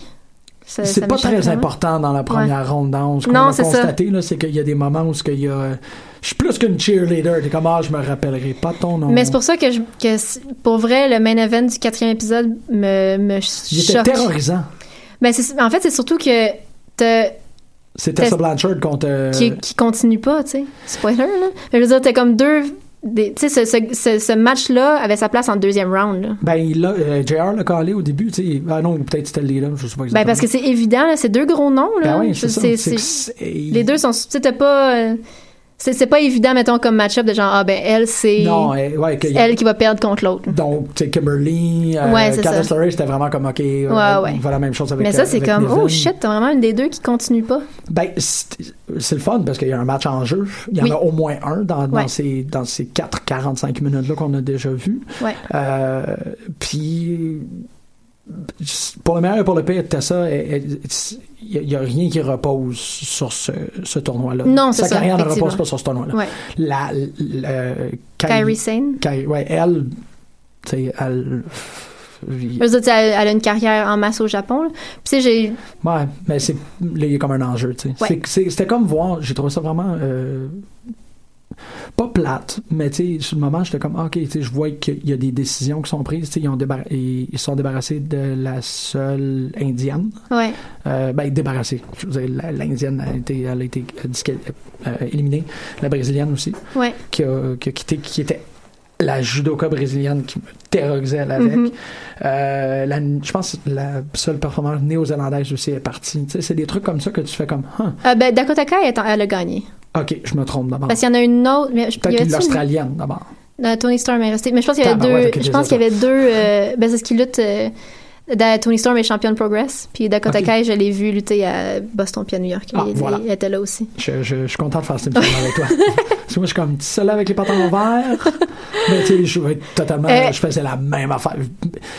F: Ça-
E: Ah. C'est
F: ça
E: pas
F: m'échappe
E: très
F: vraiment.
E: important dans la première ronde dans ce qu'on
F: Non,
E: a
F: c'est ça.
E: constaté, là, c'est qu'il y a des moments où ce qu'il y a. euh, Je suis plus qu'une cheerleader, t'es comme, ah, je me rappellerai pas ton nom.
F: Mais c'est pour ça que, je- que c'est- pour vrai, le main event du quatrième épisode me, me
E: Il était
F: choque.
E: terrorisant.
F: Ben, c'est- en fait, c'est surtout que t'as-
E: C'était
F: Test-
E: Tessa Blanchard contre. euh,
F: qui, qui continue pas, tu sais. Spoiler, là. Mais je veux dire, t'as comme deux. des- Tu sais, ce, ce- ce- ce match-là avait sa place en deuxième round, là.
E: Ben, il l'a- euh, JR l'a calé au début, tu sais. Ah non, peut-être c'était le leader, je sais pas exactement.
F: Ben, parce que c'est évident, là, c'est deux gros noms, là.
E: Ben oui,
F: Je-
E: c'est ça.
F: c'est-
E: C'est que
F: c'est-
E: c'est-
F: Les deux sont. Tu sais, t'as pas. euh, C'est c'est pas évident, mettons, comme match-up de genre, ah ben, elle, c'est.
E: Non, euh, ouais, que-
F: c'est elle qui va perdre contre l'autre.
E: Donc, tu sais, Kimberly, euh,
F: Ouais, c'est
E: Candice
F: ça.
E: LeRae, c'était vraiment comme, OK, euh,
F: Ouais, ouais.
E: on va la même chose avec
F: Mais ça,
E: euh,
F: c'est
E: avec
F: comme,
E: Niven.
F: oh shit, t'as vraiment une des deux qui continue pas.
E: Ben, c'est c'est le fun parce qu'il y a un match en jeu. Il y
F: Oui.
E: en a au moins un dans, dans
F: Ouais.
E: ces, dans ces 4-45 minutes-là qu'on a déjà vu.
F: Ouais.
E: Euh, puis, pour le meilleur et pour le pire, Tessa, elle- elle- il n'y a, rien qui repose sur ce, ce tournoi-là.
F: Non, c'est
E: Sa
F: ça,
E: carrière ne
F: effectivement.
E: repose pas sur ce tournoi-là.
F: Ouais.
E: La, la- euh, Kyrie-
F: Kyrie Sane.
E: Kyrie- ouais, elle, tu sais, elle.
F: Eux autres, tu sais, elle, elle a une carrière en masse au Japon. là. Puis, tu sais, j'ai.
E: Ouais, mais c'est là, il y a comme un enjeu, tu sais.
F: Ouais.
E: C'est- c'est- C'était comme voir, j'ai trouvé ça vraiment euh, pas plate, mais tu sais, sur le moment, j'étais comme ah, OK, tu sais, je vois qu'il y a des décisions qui sont prises, tu sais, ils ont débar- ils ils sont débarrassés de la seule indienne.
F: Ouais.
E: Euh, ben débarrassée. Je veux dire, la- L'indienne a été, elle a été disqual- euh, éliminée, la brésilienne aussi,
F: Ouais.
E: qui a, qui a quitté qui était la judoka brésilienne qui me terrorisait elle avec.
F: Mhm.
E: Euh, la- je pense que la seule performance néo-zélandaise aussi est partie. Tu sais, c'est des trucs comme ça que tu fais comme, Hein,
F: Euh, ben, Dakota Kai, elle, a- elle a gagné.
E: ok, je me trompe d'abord.
F: Parce qu'il y en a une autre. Mais je, il y
E: Ah. Peut-être
F: avait-tu une-
E: l'Australienne d'abord.
F: Euh, Tony Storm est resté. Mais je pense qu'il y avait
E: Tabarouette,
F: deux.
E: ok,
F: Je pense
E: les
F: qu'il y avait deux. euh, ben, c'est ce qui lutte. euh, da- Tony Storm est championne Progress. Puis Dakota
E: Ok.
F: Kai, je l'ai vu lutter à Boston puis à New York.
E: Ah,
F: Elle-
E: voilà.
F: elle était là aussi.
E: Je, je- je suis content de faire cette émission avec toi. Parce que moi, je suis comme petit seul avec les pantalons verts. Mais tu sais, je vais être totalement.
F: Euh,
E: je faisais la même affaire.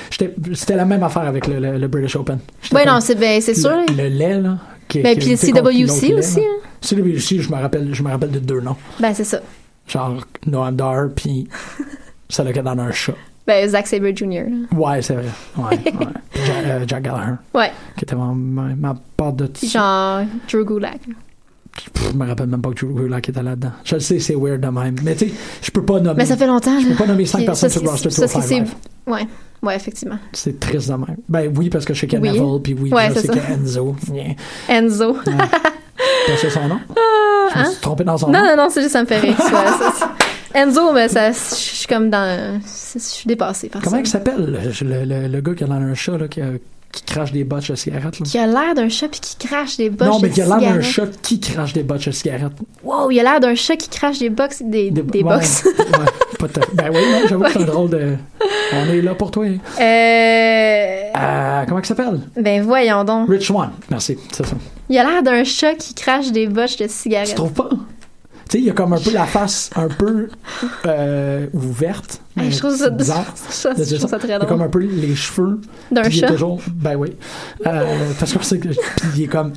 E: J'étais- C'était la même affaire avec le, le- le British Open. J'étais
F: Oui,
E: comme,
F: non, c'est ben, c'est
E: le-
F: sûr. là.
E: Le, lait, là. Qui,
F: Ben,
E: qui-
F: puis
E: t'es contre l'autre lait,
F: CWC
E: là.
F: aussi. hein.
E: CWC, je me rappelle, je me rappelle de deux noms.
F: Ben, c'est ça.
E: Genre Noam Dar, puis celle qui est dans un chat.
F: Ben, Zack Sabre Jr. là.
E: Ouais, c'est vrai. Ouais, ouais. Puis Jack, euh, Jack Gallagher,
F: Ouais.
E: qui était ma, ma, ma part de
F: Puis genre Drew Gulak.
E: Pff, je me rappelle même pas que Drew Gulak était là-dedans. Je le sais, c'est weird de même. Mais tu sais, je peux pas nommer.
F: Mais Ben, ça fait longtemps.
E: Ah, Je peux pas nommer cinq
F: Puis
E: personnes
F: ça,
E: sur le roster
F: c'est- ça, c'est-
E: 205 Live.
F: Ouais. Ouais, effectivement.
E: C'est triste de même. Ben oui, parce que je sais qu'il y a
F: Oui.
E: Neville, puis oui,
F: Ouais,
E: je
F: c'est
E: sais
F: ça.
E: qu'il y a Enzo. Yeah.
F: Enzo.
E: T'as su son nom? je me suis trompé dans
F: Euh,
E: son
F: hein? Non,
E: nom.
F: non, non, c'est juste ça me fait rire. que ce soit ça, c'est- Enzo, mais ça, je suis comme dans. Je suis dépassée par
E: Comment il
F: ça.
E: s'appelle le, le- le- le gars qui a dans un chat là, qui, a- qui crache des botches de cigarettes? là?
F: Qui a l'air d'un chat puis qui crache des boches.
E: non, mais
F: de
E: qui a l'air d'un
F: cigarettes.
E: chat qui crache des botches de cigarettes.
F: Wow, il a l'air d'un chat qui crache des box. Des, des,
E: ouais,
F: box.
E: ouais, pas de- ben oui, non, j'avoue que c'est un drôle de. On est là pour toi. hein.
F: Euh,
E: Euh, comment il s'appelle?
F: ben voyons donc.
E: Rich One. Merci, c'est ça.
F: Il a l'air d'un chat qui crache des boches de
E: Tu
F: cigarettes.
E: trouves pas? Tu sais, il y a comme un peu la face un peu euh, ouverte.
F: Hey,
E: mais
F: je trouve ça,
E: c'est bizarre.
F: je
E: de
F: trouve
E: dire
F: ça
E: ça.
F: très
E: Il y a comme
F: drôle.
E: un peu les cheveux.
F: D'un
E: puis il est
F: chat.
E: toujours. Ben oui. Euh, parce qu'on sait que. Puis il est comme.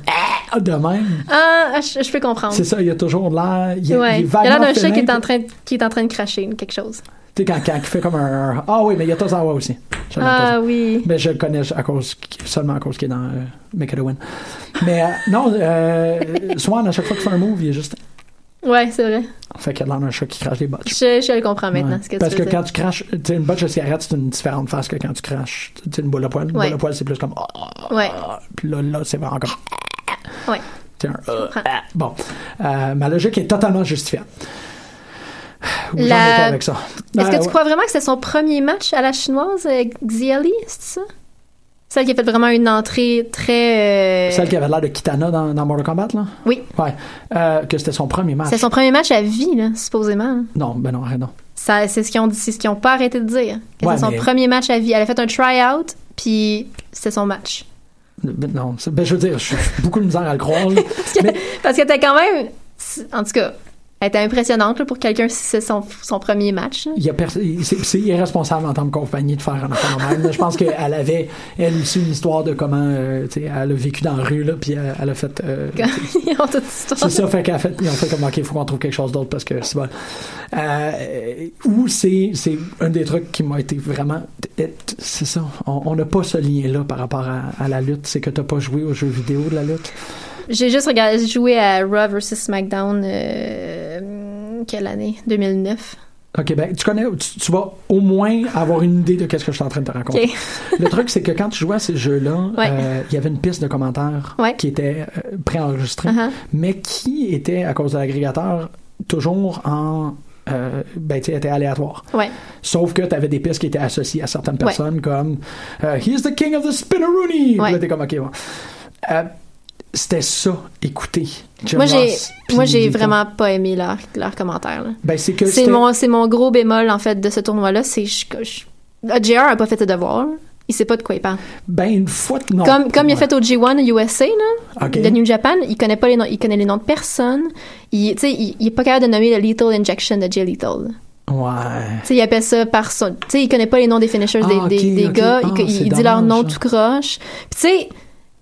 E: Ah, de même.
F: Ah, ah, je, je peux comprendre.
E: C'est ça, il y a toujours l'air. Il, est-
F: Ouais.
E: il est
F: Il a l'air d'un chat
E: vaguement
F: qui est,
E: félin,
F: en train de, qui est en train de cracher quelque chose.
E: Tu sais, quand, quand il fait comme un. Ah oui, mais il y a Tozawa aussi. J'aime Tozawa.
F: Ah oui.
E: Mais je le connais à cause, seulement à cause qu'il est dans euh, Make It a Win. Mais euh, non, euh, Swan, à chaque fois qu'il fait un move, il est juste.
F: Ouais, c'est vrai.
E: Fait qu'il a l'air d'un chat qui crache des bottes.
F: Je, je le comprends maintenant,
E: Ouais.
F: ce que
E: Parce
F: tu veux
E: que
F: dire.
E: quand tu craches, tu sais, une botte de cigarette, c'est une différente face que quand tu craches, tu sais, une boule à poil. Une
F: Ouais.
E: boule à poil, c'est plus comme. ah, ah, ah,
F: Ouais.
E: ah. Puis là, là c'est vraiment comme.
F: Ouais.
E: Tu sais, un,
F: Je
E: euh,
F: comprends.
E: ah. Bon. Euh, ma logique est totalement justifiée. Où j'en
F: La-
E: étais avec ça?
F: Est-ce que
E: Euh,
F: tu
E: ouais.
F: crois vraiment que c'est son premier match à la chinoise, euh, Xiali, c'est ça? Celle qui a fait vraiment une entrée très... euh,
E: Celle qui avait l'air de Kitana dans, dans Mortal Kombat, là?
F: Oui.
E: Ouais. Euh, que c'était son premier match.
F: C'est son premier match à vie, là, supposément. hein.
E: Non, ben non, rien, non.
F: Ça, c'est ce qu'ils ont dit, c'est ce qu'ils ont pas arrêté de dire. Que
E: Ouais,
F: c'est son
E: mais-
F: premier match à vie. Elle a fait un try-out, puis c'était son match.
E: Ben non, c'est- ben je veux dire, je suis beaucoup de misère à le croire. là. Mais-
F: Parce que t'as quand même... En tout cas, elle était impressionnante là, pour quelqu'un si c'est son, son premier match. là.
E: Il y a perso- il- c'est c'est irresponsable en tant que compagnie de faire un enfant de même. Je pense qu'elle avait, elle aussi, une histoire de comment euh, tu sais, elle a vécu dans la rue, là, puis elle, elle a fait. euh,
F: Ils ont toute cette
E: c'est
F: histoire.
E: ça, fait qu'elle a fait. Ils ont fait comme, OK, il faut qu'on trouve quelque chose d'autre parce que c'est bon. Euh, ou c'est c'est un des trucs qui m'a été vraiment. eh, C'est ça, on on n'a pas ce lien-là par rapport à, à la lutte. C'est que tu pas joué aux jeux vidéo de la lutte.
F: J'ai juste regardé, j'ai joué à Raw vs SmackDown, euh, quelle année 2009.
E: OK, ben, tu connais, tu, tu vas au moins avoir une idée de qu'est-ce que je suis en train de te raconter. le truc, c'est que quand tu jouais à ces jeux-là,
F: Ouais.
E: euh, il y avait une piste de commentaires
F: Ouais.
E: qui était euh, préenregistrée,
F: Uh-huh.
E: mais qui était, à cause de l'agrégateur, toujours en. euh, ben, tu sais, était aléatoire.
F: Ouais.
E: Sauf que tu avais des pistes qui étaient associées à certaines
F: Ouais.
E: personnes, comme euh, He's the king of the spinneroony! Puis
F: Ouais.
E: là, t'es comme, OK, bon. Euh, c'était ça, écouter. Jim
F: Moi, j'ai,
E: Ross, puis
F: moi, j'ai
E: les-
F: vraiment pas aimé leurs leur commentaires. là.
E: Ben, c'est que
F: C'est
E: c'était-
F: mon, c'est mon gros bémol, en fait, de ce tournoi-là. C'est je, je- Ah, JR a pas fait ses devoirs. Il sait pas de quoi il parle.
E: Ben, une fois que non.
F: comme comme il a
E: Ouais.
F: fait au G1 USA, là,
E: Ok.
F: le New Japan, il connaît pas les noms, il connaît les noms de personne. Il, tu sais, il, il est pas capable de nommer le Lethal Injection de Jay Lethal.
E: Ouais.
F: Tu sais, il appelle ça par son. Tu sais, il connaît pas les noms des finishers
E: Ah,
F: des,
E: ok,
F: des, des
E: ok.
F: gars.
E: Ah,
F: il- il
E: c'est
F: dit leur
E: dommage, hein.
F: nom
E: ça.
F: tout croche. Puis, tu sais,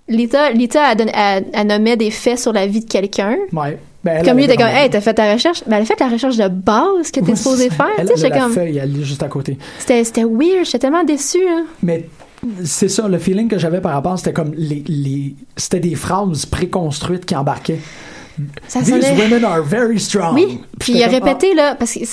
F: Lita, Lita a, donné- a- a nommé des faits sur la vie de quelqu'un.
E: Ouais. Ben, elle,
F: Comme lui,
E: elle
F: il était comme,
E: avait-
F: hey, t'as fait ta recherche. Mais elle a fait la recherche de base que t'es
E: Ouais,
F: supposé
E: c'est-
F: faire.
E: Elle,
F: Tu sais,
E: elle
F: j'étais
E: a la
F: comme,
E: feuille, elle est juste à côté.
F: c'était c'était weird, j'étais tellement déçue. hein.
E: Mais c'est ça, le feeling que j'avais par rapport, c'était comme les, les- c'était des phrases préconstruites qui embarquaient.
F: Ça
E: These
F: sonnait.
E: women are very strong.
F: Oui, puis
E: J'étais
F: il a
E: comme,
F: répété, là, parce qu'il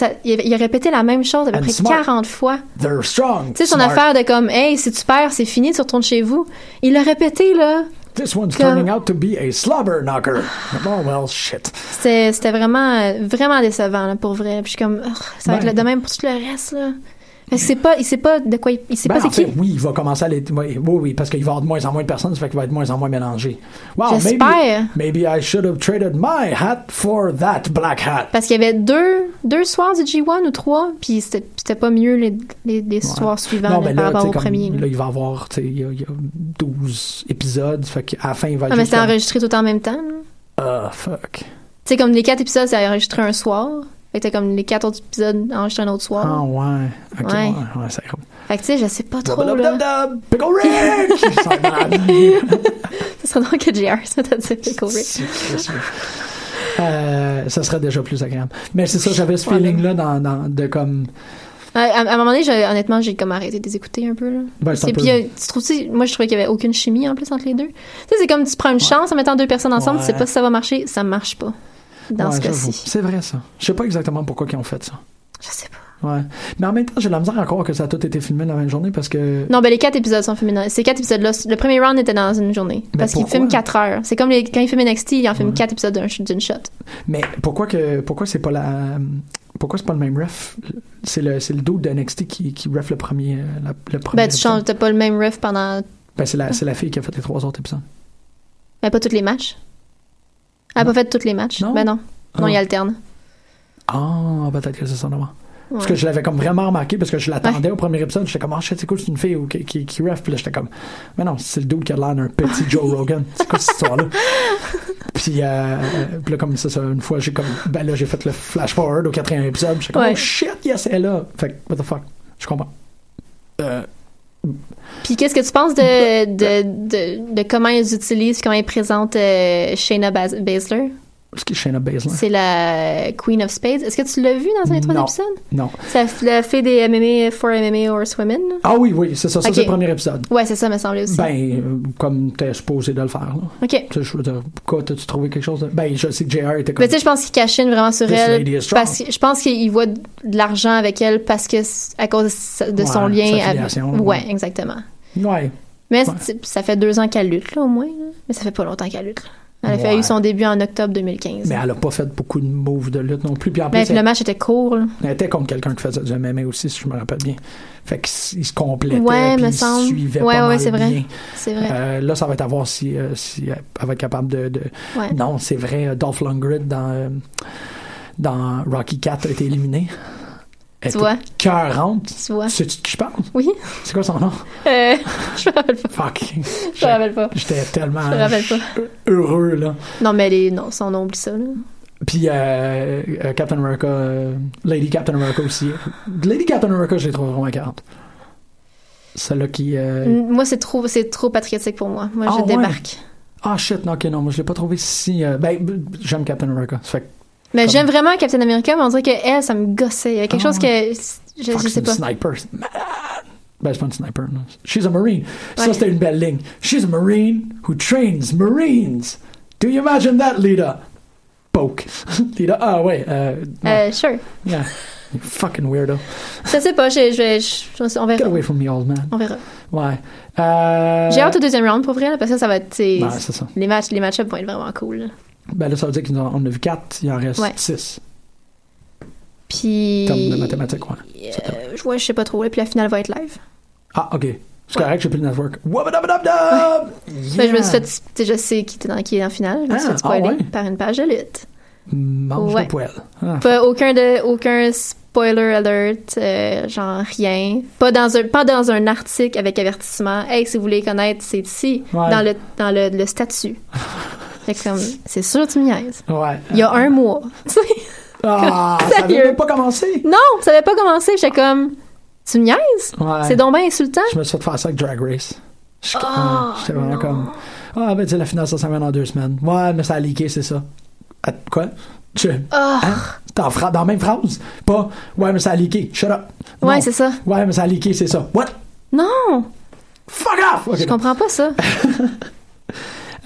F: a répété la même chose à peu
E: And
F: près
E: smart.
F: 40 fois.
E: Ah, they're strong.
F: Tu sais, son
E: smart.
F: affaire de comme, hey, si tu perds, c'est fini, tu retournes chez vous. Il l'a répété, là.
E: This one's
F: Comme-
E: turning out to be a slobber knocker. Oh well, shit.
F: C'était c'était vraiment, euh, vraiment décevant, là, pour vrai. Puis je suis comme, Oh, ça va
E: Ben.
F: être le de même pour tout le reste, là. Parce que c'est pas, il sait pas de quoi il, il sait
E: Ben,
F: pas
E: en
F: c'est
E: fait,
F: qui.
E: oui, il va commencer à les. Oui, oui, oui, parce qu'il va y avoir de moins en moins de personnes, ça fait qu'il va être de moins en moins mélangé. Wow,
F: J'espère.
E: maybe, maybe I should have traded my hat for that black hat.
F: Parce qu'il y avait deux, deux soirs du G1 ou trois, puis c'était c'était pas mieux les, les, les soirs suivants là, par
E: mais tu
F: rapport
E: sais,
F: au
E: comme,
F: premier. là.
E: Là, il va avoir, tu sais, il y, a- il y a 12 épisodes, fait qu'à la fin, il va
F: Ah, mais
E: juste
F: c'était
E: faire,
F: enregistré tout en même temps. là.
E: Ah, fuck.
F: Tu sais, comme les quatre épisodes, c'est enregistré un soir. Fait que t'as comme les quatre autres épisodes enregistrés un autre soir.
E: Ah, ouais. Ok,
F: Ouais.
E: ouais, ouais, c'est grave.
F: Fait que tu sais, je sais pas trop, là.
E: Dub-dub-dub-dub, Pickle Rick! Je sens malade.
F: Ce serait donc que JR se mette à dire Pickle Rick.
E: C'est Christ, oui. Euh, ça serait déjà plus agréable. Mais c'est ça, j'avais ce feeling-là dans, dans- de comme.
F: À, à- à un moment donné, j'ai- honnêtement, j'ai comme arrêté de les écouter un peu, là.
E: Ben, c'est un
F: Et
E: peu-
F: puis, euh, tu trouves, tu sais, moi, je trouvais qu'il y avait aucune chimie, en plus, entre les deux. Tu sais, c'est comme tu prends une chance en mettant deux personnes ensemble, tu sais
E: Ouais.
F: pas si ça va marcher, ça marche pas. Dans
E: Ouais,
F: ce
E: j'avoue.
F: cas-ci.
E: C'est vrai, ça. Je sais pas exactement pourquoi ils ont fait ça.
F: Je sais pas.
E: Ouais. Mais en même temps, j'ai de la misère à croire que ça a tout été filmé la même journée parce que.
F: Non, ben les quatre épisodes sont filmés dans... Ces quatre épisodes-là, le premier round était dans une journée.
E: Mais
F: parce qu'ils
E: pourquoi?
F: filment quatre heures. C'est comme les- quand ils filment NXT, ils en filment quatre épisodes d'un- d'une shot.
E: Mais pourquoi que pourquoi c'est pas la pourquoi c'est pas le même ref C'est le c'est le dude de NXT qui qui ref le premier euh, la- le premier.
F: Ben, tu
E: épisode.
F: changes, t'as pas le même ref pendant
E: Ben, c'est la c'est la fille qui a fait les trois autres épisodes.
F: Mais ben, pas tous les matchs. Elle a pas fait tous les matchs.
E: Non.
F: Ben non. Non,
E: Ah.
F: il alterne.
E: Ah, peut-être que c'est ça d'abord. Parce
F: Ouais.
E: que je l'avais comme vraiment remarqué parce que je l'attendais au premier épisode, j'étais comme ah shit, c'est cool, c'est une fille ou qui qui, qui ref, puis là j'étais comme mais non, c'est le dude qui a l'air d'un petit Joe Rogan. C'est quoi cette histoire là Puis, euh, puis là comme ça, ça, une fois j'ai comme ben là j'ai fait le flash forward au quatrième épisode, puis j'étais comme
F: Ouais.
E: oh shit, yes, elle est là. Fait que, what the fuck, je comprends. Euh,
F: Puis qu'est-ce que tu penses de, de, de, de comment ils utilisent, comment ils présentent euh, Shayna Bas- Baszler?
E: ce qui est Shayna Baszler.
F: C'est la Queen of Spades. Est-ce que tu l'as vu dans un des trois
E: Non.
F: épisodes?
E: Non.
F: Ça f- la fait des MMA, for MMA or women?
E: Ah oui, oui, c'est ça. Ça, c'est
F: Ok.
E: le premier épisode.
F: Ouais, c'est ça, me semblait aussi.
E: Ben, euh, comme t'es supposé de le faire, là.
F: OK.
E: Tu sais, je veux dire, quoi, t'as-tu trouvé quelque chose? De... Ben, je sais que JR était comme...
F: Mais tu sais, je pense qu'il cachine vraiment sur
E: This
F: elle.
E: lady is strong.
F: Parce que, je pense qu'il voit de l'argent avec elle parce que c'est à cause de sa- de son
E: Ouais,
F: lien
E: sa
F: avec.
E: filiation.
F: Ouais, exactement.
E: ouais.
F: Mais
E: Ouais.
F: c'est- ça fait deux ans qu'elle lutte, là, au moins. là. Mais ça fait pas longtemps qu'elle lutte. là. Elle a fait-
E: Ouais.
F: eu son début en octobre 2015.
E: Mais
F: Mais,
E: elle a pas fait beaucoup de moves de lutte non plus. Puis en plus,
F: le
E: elle,
F: match était court. là.
E: elle était contre quelqu'un qui faisait du MMA aussi, si je me rappelle bien. Fait qu'ils se complétaient,
F: Ouais,
E: puis
F: me
E: ils se
F: semble.
E: suivaient
F: Ouais,
E: pas
F: ouais,
E: mal
F: c'est vrai.
E: bien.
F: C'est vrai.
E: Euh, là, ça va être à voir si, euh, si elle va être capable de... de-
F: ouais.
E: Non, c'est vrai, euh, Dolph Lundgren dans, euh, dans Rocky 4 a été éliminé. Elle
F: Tu
E: était
F: vois?
E: Cœurante.
F: Tu vois?
E: Sais-tu de qui je parle?
F: Oui.
E: C'est quoi son nom?
F: Euh, je me rappelle pas.
E: Fuck.
F: Je me rappelle pas.
E: J'étais tellement
F: Je me rappelle pas.
E: heureux, là.
F: Non, mais les, non, son nom, oublie ça. Là.
E: Puis euh, euh, Captain America, euh, Lady Captain America aussi. Lady Captain America, je l'ai trouvé vraiment 40. Celle-là qui. euh,
F: N- Moi, c'est trop, c'est trop patriotique pour moi. Moi,
E: Ah,
F: je
E: ouais.
F: débarque.
E: Ah shit, non, ok, non, moi je l'ai pas trouvé si. euh, Ben, b- b- j'aime Captain America. Ça fait que-
F: Mais
E: Comme-
F: j'aime vraiment Captain America, mais on dirait que elle, ça me gossait. Il y a quelque
E: Ah,
F: chose que. Je,
E: fuck,
F: je
E: c'est
F: sais
E: une
F: pas.
E: sniper. c'est malade. Ben, c'est pas une sniper. non. She's a Marine. Ça,
F: Ouais.
E: c'était une belle ligne. She's a Marine who trains Marines. Do you imagine that, Lita? Poke. Lita, ah ouais. euh, non.
F: Euh, sure.
E: Yeah. You fucking weirdo.
F: Je sais pas, je, je, je- je- on
E: Get
F: verra.
E: away from me, old man.
F: On verra.
E: Ouais. Euh,
F: J'ai hâte au deuxième round pour vrai, là, parce que ça va être. t'sais,
E: Ouais, Ben, c'est ça.
F: Les matchs, les match-ups vont être vraiment cool.
E: Ben là, ça veut dire qu'on en a vu 4, il en reste
F: Ouais.
E: 6.
F: Puis.
E: En termes de mathématiques, ouais.
F: Euh, ouais, je sais pas trop. là, Puis la finale va être live.
E: Ah, ok. C'est correct, j'ai plus de network. Wabadabadabdab!
F: Ben, je me suis fait. t'sais, Je sais qui, était dans, qui est en finale. Je me suis
E: Ah,
F: fait spoiler
E: ah ouais?
F: par une page de lutte.
E: Mange
F: Ouais.
E: le poêle. Ah.
F: Pas aucun, de, aucun spoiler alert, euh, genre rien. Pas dans, un, pas dans un article avec avertissement. Hey, si vous voulez connaître, c'est ici,
E: Ouais.
F: dans, le, dans le, le statut. Fait que comme, c'est sûr, tu me niaises.
E: Ouais.
F: Il y a un mois. Tu sais,
E: Ah, ça avait
F: Sérieux?
E: même pas commencé.
F: non, ça n'avait pas commencé. J'étais comme, tu me niaises?
E: Ouais.
F: C'est donc bien insultant.
E: Je me suis fait faire ça avec Drag Race. Je- ouais, J'étais vraiment comme. Ah, ben, tu sais, la finale, ça s'en vient dans deux semaines. Ouais, mais ça a leaké, c'est ça. Ah, Quoi? Tu.
F: Ah.
E: Hein? T'en fra- dans la même phrase? Pas. Ouais, mais ça a leaké. Shut up.
F: Ouais,
E: Non.
F: c'est ça.
E: Ouais, mais ça a leaké, c'est ça. What?
F: Non,
E: Fuck off! Ok,
F: je comprends pas ça.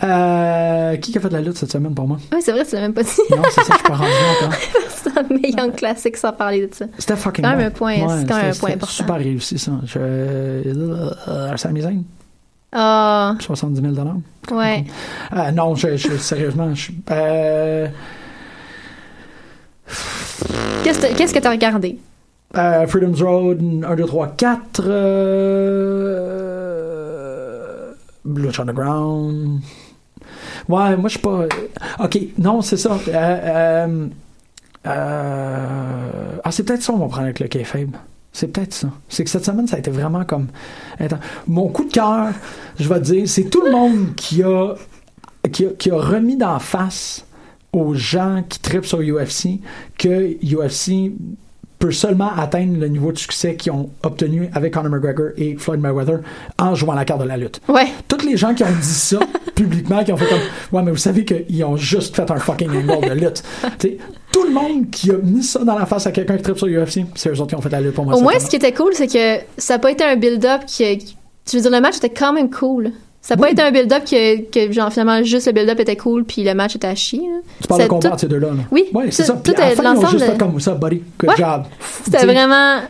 E: Euh, qui a fait de la lutte cette semaine pour moi?
F: Oui, c'est vrai, tu l'as même pas dit.
E: Non, c'est ça, je suis pas rendu encore.
F: c'est un meilleur classique sans parler de ça.
E: C'était fucking
F: C'est quand même
E: bon.
F: un point- c'est quand même
E: c'était-
F: un point
E: c'était
F: important.
E: super réussi, ça. Je... Euh, Sami Zayn,
F: Ah,
E: 70 000
F: ouais.
E: Euh, non, je, je- sérieusement, je, euh,
F: Qu'est-ce que- qu'est-ce que t'as regardé?
E: euh, Freedom's Road, 1, 2, 3, 4, euh, Lucha Underground. Ouais, moi, je suis pas. euh, Ok, non, c'est ça. Euh, euh, euh, Ah, c'est peut-être ça, on va prendre avec le kayfabe. C'est peut-être ça. C'est que cette semaine, ça a été vraiment comme. Attends. Mon coup de cœur, je vais te dire, c'est tout le monde qui a, qui a, qui a remis d'en face aux gens qui tripent sur UFC que UFC peut seulement atteindre le niveau de succès qu'ils ont obtenu avec Conor McGregor et Floyd Mayweather en jouant la carte de la lutte.
F: Ouais.
E: Toutes les gens qui ont dit ça publiquement, qui ont fait comme Ouais, mais vous savez qu'ils ont juste fait un fucking angle de lutte. Tu sais, tout le monde qui a mis ça dans la face à quelqu'un qui tripe sur UFC, c'est eux autres qui ont fait la lutte pour moi.
F: Au
E: cette
F: moins,
E: semaine.
F: ce qui était cool, c'est que ça n'a pas été un build-up qui. Tu veux dire, le match était quand même cool. Ça n'a pas
E: Oui.
F: été un build-up que, que, genre, finalement, juste le build-up était cool, puis le match était à chier. là.
E: Tu parles de
F: c'est
E: combat
F: tout-
E: entre ces deux-là. là.
F: Oui,
E: Ouais, c'est
F: tout-
E: ça. Puis
F: tout
E: à
F: est-
E: la fin, ils ont juste
F: l'ensemble
E: fait
F: de-
E: comme ça, buddy. Good
F: Ouais.
E: job. Tu
F: C'était
E: sais,
F: vraiment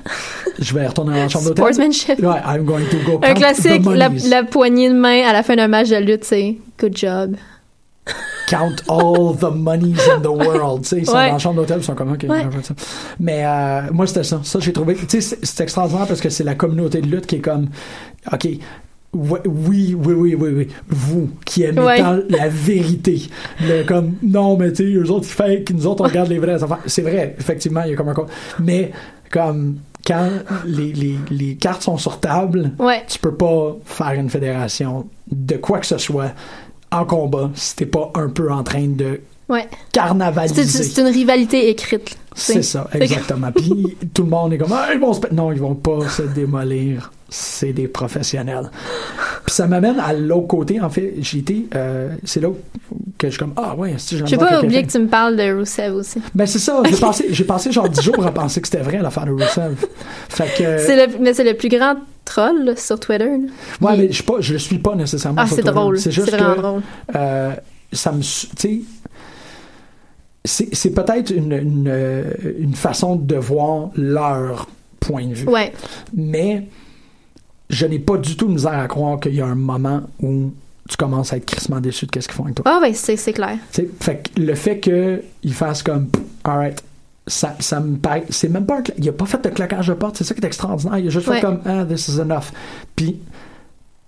E: Je vais retourner dans la chambre d'hôtel.
F: sportsmanship.
E: Ouais, I'm going to go.
F: Un
E: count
F: classique,
E: the
F: la,
E: monies.
F: la poignée de main à la fin d'un match de lutte, c'est good job.
E: count all the monies in the world. Tu sais, ils sont
F: Ouais.
E: dans la chambre d'hôtel, ils sont comme, OK, on va faire ça. Mais euh, moi, c'était ça. Ça, j'ai trouvé. Tu sais, c'est- c'est extraordinaire parce que c'est la communauté de lutte qui est comme, OK. ouais, Oui, oui, oui, oui, oui. Vous qui aimez
F: Ouais.
E: tant la vérité. Le, comme, non, mais tu sais, eux autres, ils fake, nous autres, on regarde les vraies affaires. C'est vrai, effectivement, il y a comme un. con- Mais, comme, quand les, les, les cartes sont sur table,
F: Ouais.
E: tu peux pas faire une fédération de quoi que ce soit en combat si t'es pas un peu en train de
F: Ouais. C'est- C'est
E: carnavaliser.
F: c'est une rivalité écrite.
E: C'est ça, exactement. Puis tout le monde est comme ah, ils vont se... pa- non, ils vont pas se démolir. C'est des professionnels. Puis ça m'amène à l'autre côté. En fait, j'ai été, euh, c'est là que je suis comme ah ouais, si
F: Je vais pas oublier que tu me parles de Rusev aussi.
E: Ben c'est ça. J'ai passé, j'ai passé genre 10 jours à penser que c'était vrai l'affaire de Rusev. Fait que
F: C'est le, mais c'est le plus grand troll là, sur Twitter. là.
E: ouais,
F: il-
E: mais je suis pas, je le suis pas nécessairement.
F: Ah,
E: sur
F: c'est
E: Twitter.
F: drôle. C'est
E: juste
F: vraiment
E: que-
F: drôle.
E: euh, ça me. su- Tu sais, c'est- c'est peut-être une, une, euh, une façon de voir leur point de vue.
F: Ouais.
E: Mais je n'ai pas du tout de misère à croire qu'il y a un moment où tu commences à être crissement déçu de qu'est-ce qu'ils font avec toi.
F: Ah, ouais, c'est c'est clair.
E: Tu sais, fait que le fait qu'ils fassent comme alright, ça, ça me paraît. C'est même pas un cla- Il a pas fait de claquage de porte, c'est ça qui est extraordinaire. Il a juste
F: Ouais.
E: fait comme ah, this is enough. Puis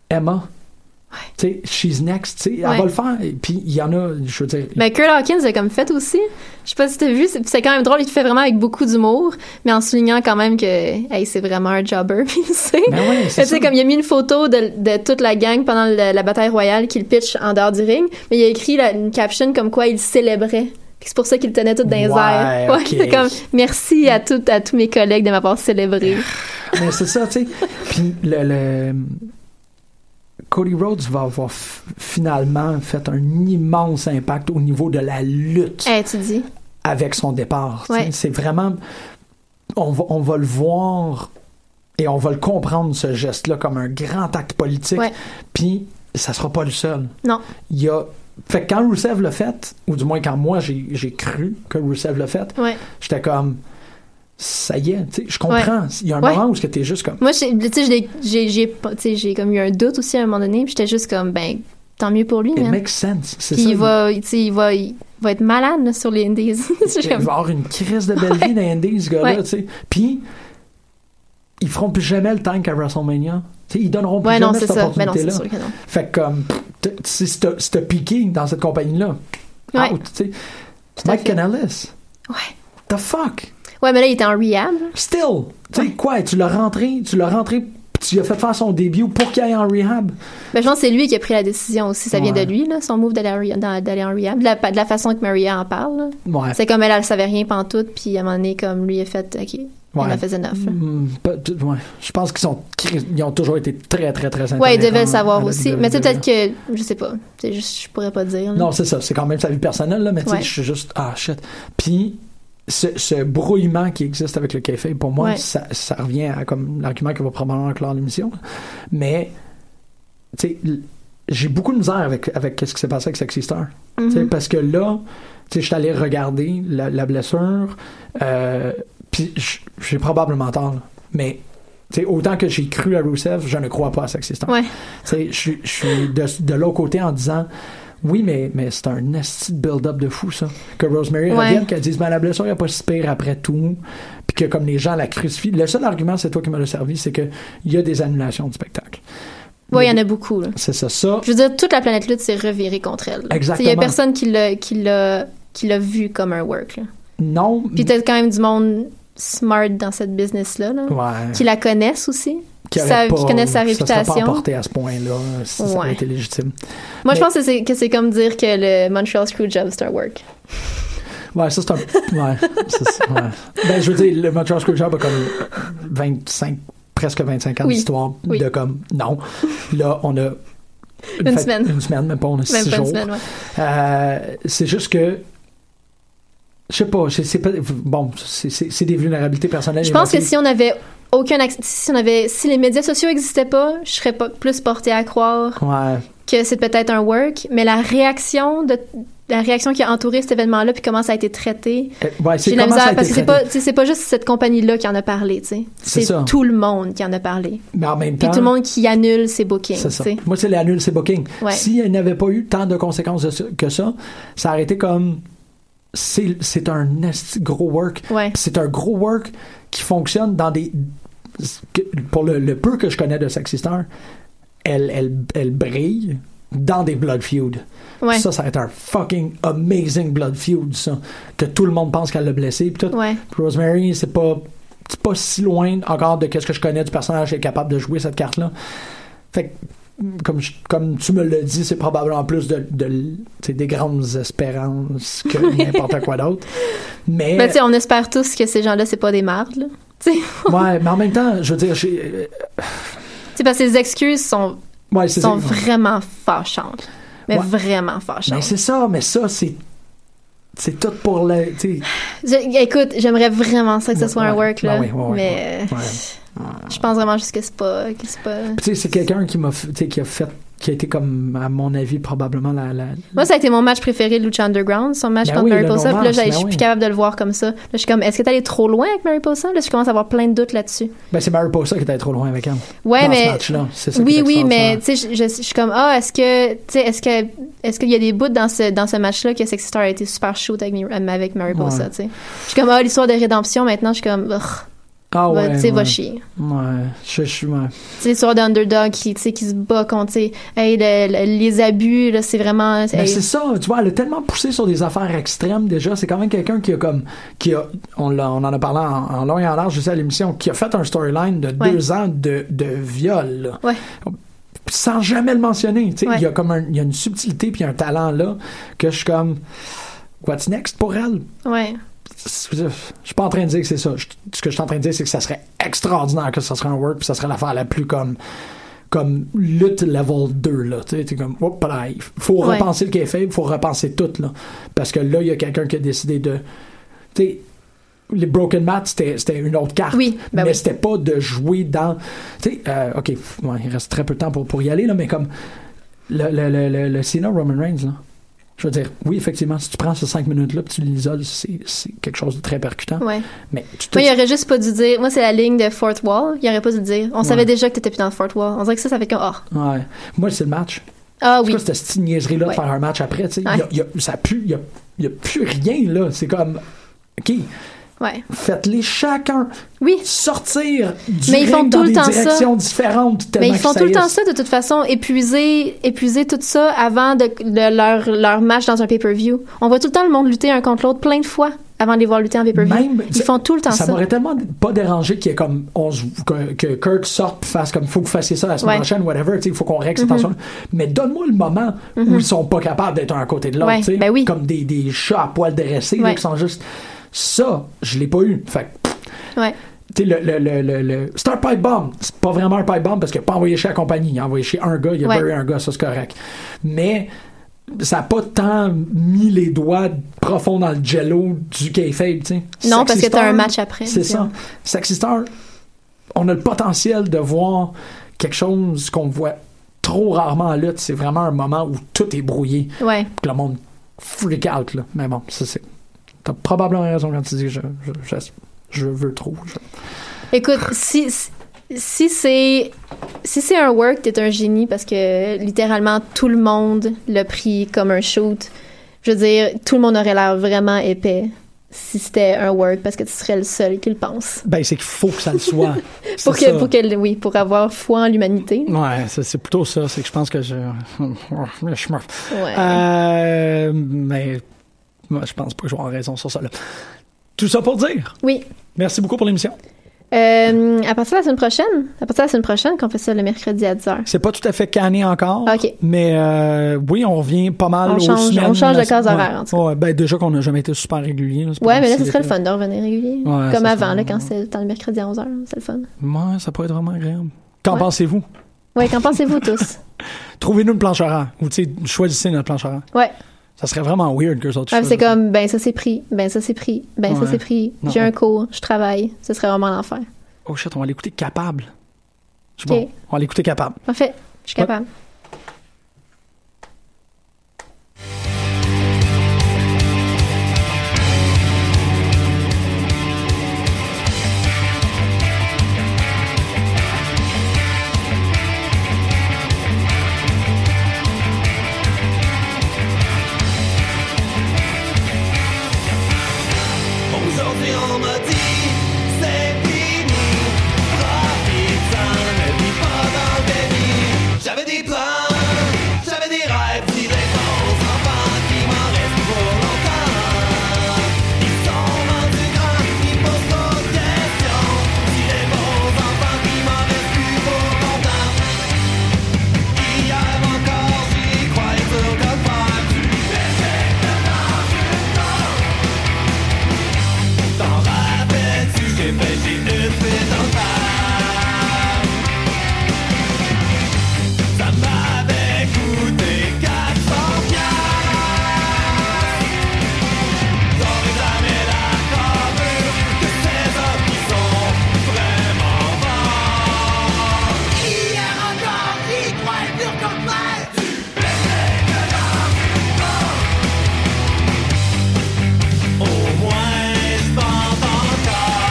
E: Emma, tu sais, she's next, tu sais,
F: Ouais.
E: elle va le faire. Et Puis il y en a, je veux dire.
F: Ben, Kurt Hawkins a comme fait aussi. Je sais pas si t'as vu, c'est c'est quand même drôle, il le fait vraiment avec beaucoup d'humour, mais en soulignant quand même que, hey, c'est vraiment un jobber, puis il le sait.
E: Ben ouais, c'est
F: Tu sais,
E: ça.
F: comme il a mis une photo de, de toute la gang pendant le- la bataille royale qu'il pitch en dehors du ring, mais il a écrit la- une caption comme quoi il célébrait. Puis c'est pour ça qu'il le tenait tout dans les
E: Ouais,
F: airs. Ouais,
E: ok.
F: c'est comme, merci à, tout, à tous mes collègues de m'avoir célébré.
E: Mais c'est ça, tu sais. Puis le, le- Cody Rhodes va avoir f- finalement fait un immense impact au niveau de la lutte.
F: hey, tu dis?
E: avec son départ. tu
F: Ouais.
E: sais. C'est vraiment. On va, on va le voir et on va le comprendre, ce geste-là, comme un grand acte politique.
F: Ouais.
E: Puis, ça sera pas le seul.
F: Non.
E: Il y a. Fait que quand Rousseff l'a fait, ou du moins quand moi j'ai j'ai cru que Rousseff l'a fait,
F: Ouais.
E: j'étais comme. ça y est, tu sais, je comprends. Il y a un
F: Ouais.
E: moment où tu es juste comme.
F: Moi, j'ai- tu sais, je l'ai- j'ai- j'ai pas- tu sais, j'ai comme eu un doute aussi à un moment donné, puis j'étais juste comme, ben, tant mieux pour lui,
E: It
F: man.
E: makes sense. C'est
F: Puis
E: ça.
F: il va, tu sais, il va, il va être malade là, sur les Indies. Je suis
E: Il va
F: comme-
E: avoir une crise de belle vie dans Indy, ce gars-là,
F: Ouais.
E: tu sais. Puis, ils feront plus jamais le tank à WrestleMania. Tu sais, ils donneront plus
F: ouais, non,
E: jamais
F: c'est
E: cette
F: ça. Ben non, c'est
E: opportunité-là.
F: sûr que non.
E: Fait que, comme, t- t- si c'est si t'as piqué dans cette compagnie-là,
F: Ouais.
E: out, tu sais.
F: à
E: Mike
F: fait.
E: Canales,
F: Ouais.
E: the fuck?
F: Ouais, mais là, il était en rehab.
E: Still! Tu sais, quoi? Tu l'as rentré, tu l'as rentré, puis tu lui as fait faire son début pour qu'il aille en rehab.
F: Ben, je pense que c'est lui qui a pris la décision aussi. Ça vient
E: Ouais.
F: de lui, là, son move d'aller en reha- dans- d'aller en rehab. De la, pa- de la façon que Maria en parle. là.
E: Ouais.
F: C'est comme elle, elle savait rien pantoute, puis à un moment donné, comme lui, il a fait, OK, on
E: Ouais.
F: a fait enough. là.
E: Hmm, pas- t- ouais. Je pense qu'ils sont, ils ont toujours été très, très, très intéressants.
F: Ouais, il devait le savoir
E: à la E.
F: aussi.
E: WWE.
F: Mais tu sais, peut-être que, je sais pas. Tu sais, je, je pourrais pas dire. là.
E: Non, c'est ça. C'est quand même sa vie personnelle, là, mais tu sais,
F: Ouais.
E: je suis juste, ah, shit. Puis, ce, ce brouillement qui existe avec le café, pour moi,
F: Ouais.
E: ça, ça revient à comme l'argument qui va probablement clore l'émission. là. Mais, tu sais, l- j'ai beaucoup de misère avec, avec ce qui s'est passé avec Sexy Star. Tu
F: Mm-hmm.
E: sais, Parce que là, tu sais, je suis allé regarder la, la blessure, euh, puis j- j'ai probablement tort, là. mais. tu sais, autant que j'ai cru à Rousseff, je ne crois pas à Sexy Star.
F: Ouais.
E: Tu sais, Je suis- je suis de, de l'autre côté en disant oui, mais, mais c'est un esti de build-up de fou, ça. Que Rosemary
F: Ouais.
E: revienne, qu'elle dise, mais la blessure, il n'y a pas si pire après tout. Puis que comme les gens la crucifient. Le seul argument, c'est toi qui me l'as servi, c'est qu'il y a des annulations de spectacle.
F: Ouais, il y en a beaucoup, là.
E: C'est ça, ça.
F: Je veux dire, toute la planète lutte s'est revirée contre elle. là. Tu sais,
E: Exactement.
F: Il y a personne qui l'a, qui l'a, qui l'a vu comme un work, là.
E: Non.
F: Puis peut-être quand même du monde smart dans cette business-là, là,
E: Ouais.
F: Qui la connaissent aussi.
E: Qui aurait
F: sa-
E: pas-
F: qui connaissent sa
E: ça serait
F: réputation.
E: pas porté à ce point-là, si ça avait
F: Ouais.
E: été légitime.
F: Moi, je
E: Mais-
F: pense que c'est, que c'est comme dire que le Montreal Screwjob, c'est un work.
E: Ouais, ça, c'est un. Ouais. ça, c'est- ouais. Ben, je veux dire, le Montreal Screwjob a comme 25, presque 25 ans
F: Oui.
E: d'histoire
F: Oui.
E: de comme, non. Là, on a.
F: Une semaine.
E: Une semaine, même pas, on a
F: Même
E: six
F: pas une
E: jours.
F: semaine, ouais.
E: Euh, c'est juste que. Je sais pas, c'est- c'est pas. Bon, c'est- c'est c'est des vulnérabilités personnelles.
F: Je pense que
E: émotives.
F: si on avait aucun acc- si on avait si les médias sociaux n'existaient pas, je serais pas plus portée à croire
E: Ouais.
F: que c'est peut-être un work, mais la réaction de la réaction qui a entouré cet événement-là puis comment ça a été traité,
E: Euh, Ouais, c'est
F: j'ai de la
E: comment ça a
F: misère
E: été
F: parce que c'est pas
E: traité.
F: tu sais, c'est pas juste cette compagnie là qui en a parlé, tu sais.
E: C'est ça.
F: C'est tout le monde qui en a parlé.
E: Mais en même
F: Puis
E: temps.
F: tout le monde qui annule ses bookings,
E: C'est
F: tu
E: ça.
F: sais.
E: Moi, c'est l'annule, c'est booking.
F: Ouais.
E: S'il n'avait pas eu tant de conséquences de ça- que ça, ça aurait été comme. C'est c'est un esti gros work.
F: Ouais.
E: Puis C'est un gros work qui fonctionne dans des. que- Pour le, le peu que je connais de Sexy Star, elle, elle, elle brille dans des Blood Feud.
F: Ouais.
E: Ça, ça va être un fucking amazing blood feud, ça. Que tout le monde pense qu'elle l'a blessé. Puis tout.
F: Ouais.
E: Puis Rosemary, c'est pas, c'est pas si loin encore de qu'est-ce que je connais du personnage qui est capable de jouer cette carte-là. Fait que, comme, je- comme tu me l'as dit, c'est probablement plus de, de l- tu sais, des grandes espérances que n'importe quoi d'autre. Mais,
F: Mais Ben, tu sais, on espère tous que ces gens-là c'est pas des mardes, là. Tu sais,
E: ouais, mais en même temps, je veux dire, j'ai- euh,
F: Tu sais, parce que les excuses sont
E: ouais, c'est
F: sont
E: ça.
F: vraiment fâchantes. Mais
E: Ouais.
F: vraiment
E: Mais
F: fâchantes.
E: c'est ça, mais ça, c'est. C'est tout pour le. tu sais,
F: Je- écoute, j'aimerais vraiment ça que ce
E: Ouais,
F: soit un
E: ouais.
F: work,
E: Ben
F: là.
E: oui, ouais, ouais,
F: mais euh,
E: ouais.
F: je pense vraiment juste que c'est pas. Que c'est pas...
E: Puis, tu sais, c'est quelqu'un qui m'a f- tu sais, qui a fait qui a été comme à mon avis probablement la, la-
F: Moi, ça a été mon match préféré de Lucha Underground, son match
E: Ben
F: contre
E: oui,
F: Mary
E: le
F: Posa. Puis
E: no
F: là,
E: match,
F: j'ai-
E: ben
F: je suis
E: oui.
F: plus capable de le voir comme ça. Là, je suis comme, est-ce que t'es allé trop loin avec Mary Posa? Là, je commence à avoir plein de doutes là-dessus.
E: ben c'est Mariposa qui était trop loin avec elle
F: Ouais,
E: dans
F: mais.
E: ce match là c'est ça qui
F: oui,
E: est
F: oui, mais
E: extraordinaire.
F: tu sais, je, je- je suis comme, ah, est-ce que, tu sais, est-ce que, est-ce qu'il y a des bouts dans ce, dans ce match-là que Sexy Star a été super shoot avec, Mi- avec Mary Posa,
E: Ouais.
F: tu sais. Je suis comme, ah, l'histoire de rédemption, maintenant, je suis comme, Ugh, va-
E: ah ouais,
F: Ben, tu sais, va
E: ouais.
F: chier.
E: Ouais, je je suis ouais.
F: Tu sais, l'histoire d'Underdog qui, tu sais, qui se bat contre, tu sais, hey, le- le- les abus, là, c'est vraiment.
E: mais
F: hey,
E: Ben, c'est ça tu vois elle a tellement poussé sur des affaires extrêmes déjà c'est quand même quelqu'un qui a comme qui a on, l'a- on en a parlé en, en long et en large je sais à l'émission qui a fait un storyline de
F: Ouais.
E: deux ans de, de viol là.
F: Ouais.
E: Puis sans jamais le mentionner tu sais
F: Ouais.
E: il y a comme un- il y a une subtilité puis un talent là que je suis comme what's next pour elle
F: Ouais.
E: je suis pas en train de dire que c'est ça. Je- ce que je suis en train de dire, c'est que ça serait extraordinaire que ça serait un work, puis ça serait l'affaire la plus comme comme lutte level 2 là tu sais t'es comme hop là il faut
F: Ouais.
E: repenser le qui est faible faut repenser tout là parce que là il y a quelqu'un qui a décidé de tu sais les broken mats c'était c'était une autre carte
F: Oui, ben
E: mais
F: oui.
E: c'était pas de jouer dans tu sais euh, ok f- ouais, il reste très peu de temps pour pour y aller là mais comme le le le le, le Cena Roman Reigns là Je veux dire, oui, effectivement, si tu prends ces cinq minutes-là puis tu l'isoles, c'est c'est quelque chose de très percutant.
F: Ouais.
E: Mais tu te
F: Moi, il aurait juste pas dû dire. Moi, c'est la ligne de Fort Wall. Il aurait pas dû le dire. On savait déjà que t'étais plus dans le Fort Wall. On dirait que ça, ça fait comme. Ah,
E: Ouais. Moi, c'est le match.
F: ah
E: C'est
F: oui.
E: quoi cette petite niaiserie-là
F: Ouais.
E: de faire un match après? tu sais? Il y a- il y a- ça pue, il y a, il y a plus rien, là. C'est comme, OK,
F: Ouais.
E: faites-les chacun
F: Oui.
E: sortir du
F: Mais ils
E: ring
F: font
E: dans
F: tout le
E: des
F: temps ça.
E: directions différentes.
F: Mais
E: tellement
F: ils font
E: qu'ils
F: tout le temps
E: saillissent.
F: ça, de toute façon, épuiser, épuiser tout ça avant de, de leur, leur match dans un pay-per-view. On voit tout le temps le monde lutter un contre l'autre plein de fois avant de les voir lutter en pay-per-view.
E: Même-
F: Ils font tout le temps ça.
E: Ça m'aurait tellement pas dérangé qu'il y ait comme on se- que, que Kirk sorte pis fasse comme faut que vous fassiez ça la semaine
F: Ouais. Mhm.
E: prochaine, whatever, tu sais, il faut qu'on règle cette tension Mais donne-moi le moment où ils sont pas capables d'être un à côté de l'autre,
F: Ouais,
E: tu sais,
F: ben oui.
E: comme des, des chats à poils dressés là,
F: Ouais.
E: qui sont juste ça, je l'ai pas eu. Fait que, pff,
F: Ouais.
E: tu sais, le, le, le, le, le- c'est un pipe bomb. C'est pas vraiment un pipe bomb parce qu'il a pas envoyé chez la compagnie. Il a envoyé chez un gars, il a
F: Ouais.
E: bury un gars, ça c'est correct. Mais ça n'a pas tant mis les doigts profonds dans le jello du kayfabe, tu sais.
F: Non, parce
E: Sexy
F: que t'as
E: Star,
F: un match après,
E: C'est ça.
F: disons.
E: Sexy Star, on a le potentiel de voir quelque chose qu'on voit trop rarement en lutte. C'est vraiment un moment où tout est brouillé,
F: Ouais.
E: que le monde freak out, là. Mais bon, ça c'est... T'as probablement raison quand tu dis je, je, je- je veux trop. je-
F: Écoute, si, si- si c'est si c'est un work, t'es un génie parce que littéralement tout le monde l'a pris comme un shoot. Je veux dire, tout le monde aurait l'air vraiment épais si c'était un work parce que tu serais le seul qui le pense.
E: Ben, c'est qu'il faut que ça le soit.
F: Pour
E: C'est
F: que,
E: ça.
F: pour que, oui, pour avoir foi en l'humanité.
E: Ouais, c'est- c'est plutôt ça. C'est que je pense que je. je me-
F: Ouais.
E: Euh, mais moi, je pense pas que j'aurai raison sur ça. Là. Tout ça pour dire.
F: Oui.
E: Merci beaucoup pour l'émission.
F: Euh, à partir de la semaine prochaine, à partir de la semaine prochaine, qu'on fait ça le mercredi à 10h.
E: C'est pas tout à fait canné encore.
F: Ok.
E: Mais euh, oui, on revient pas mal
F: On
E: aux
F: change-
E: semaines.
F: on change de case
E: Ouais.
F: horaire, en tout cas.
E: Ouais, ben, déjà qu'on n'a jamais été super régulier.
F: Ouais, mais là, ce serait le fun de revenir régulier.
E: Ouais,
F: Comme
E: ça
F: avant,
E: serait-
F: là, quand c'était dans le mercredi à 11h. C'est le fun.
E: Ouais, ça pourrait être vraiment agréable. Qu'en
F: Ouais.
E: pensez-vous?
F: Ouais, qu'en pensez-vous tous?
E: Trouvez-nous une planche horaire. Ou, tu sais, choisissez notre planche horaire.
F: Ouais.
E: Ça serait vraiment weird que les autres
F: Ah, c'est
E: choisissent.
F: comme, ben ça c'est pris, ben ça c'est pris, ben
E: Ouais.
F: ça c'est pris,
E: Non.
F: j'ai un cours, je travaille, ce serait vraiment l'enfer.
E: Oh shit, on va l'écouter capable. C'est
F: Ok.
E: bon. On va l'écouter capable.
F: Parfait, je suis
E: Ouais.
F: capable.
G: Aujourd'hui on m'a dit c'est fini Profite-en, ne vis pas dans le déni J'avais des plans, j'avais des rêves Des réponses enfants qui m'en restent pour longtemps Ils sont rendus grands, ils posent d'autres questions Des réponses enfants qui m'en restent plus pour longtemps Hier encore j'y croyais sur le faire T'en rappelles-tu, j'ai pêché une fuite en panne. Ça m'avait coûté 400 piastres. T'aurais jamais la gravure de ces hommes qui sont vraiment morts. Hier encore, j'y crois dur comme fer. Au moins je pense encore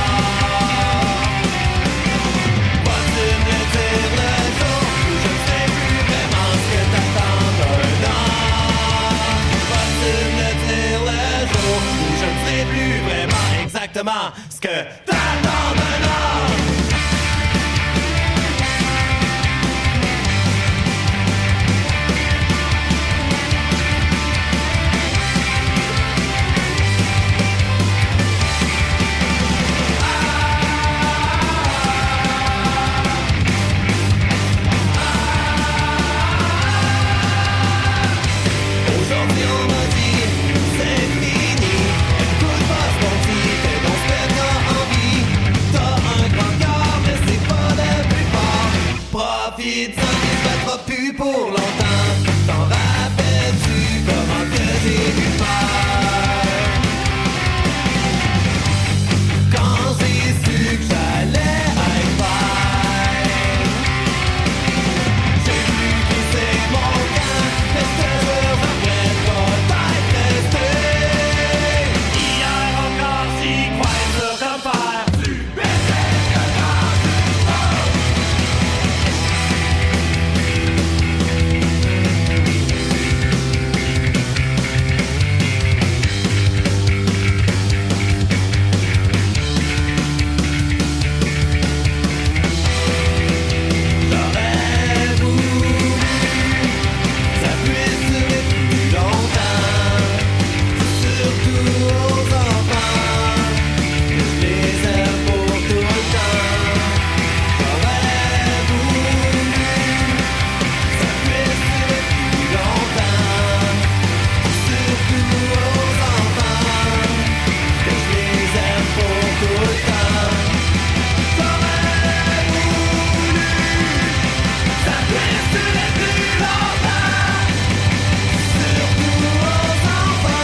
G: Pas de me dire le jour où je ne sais plus vraiment ce que t'attends d'un an Pas de me dire le jour où je ne sais plus vraiment exactement ce que t'attends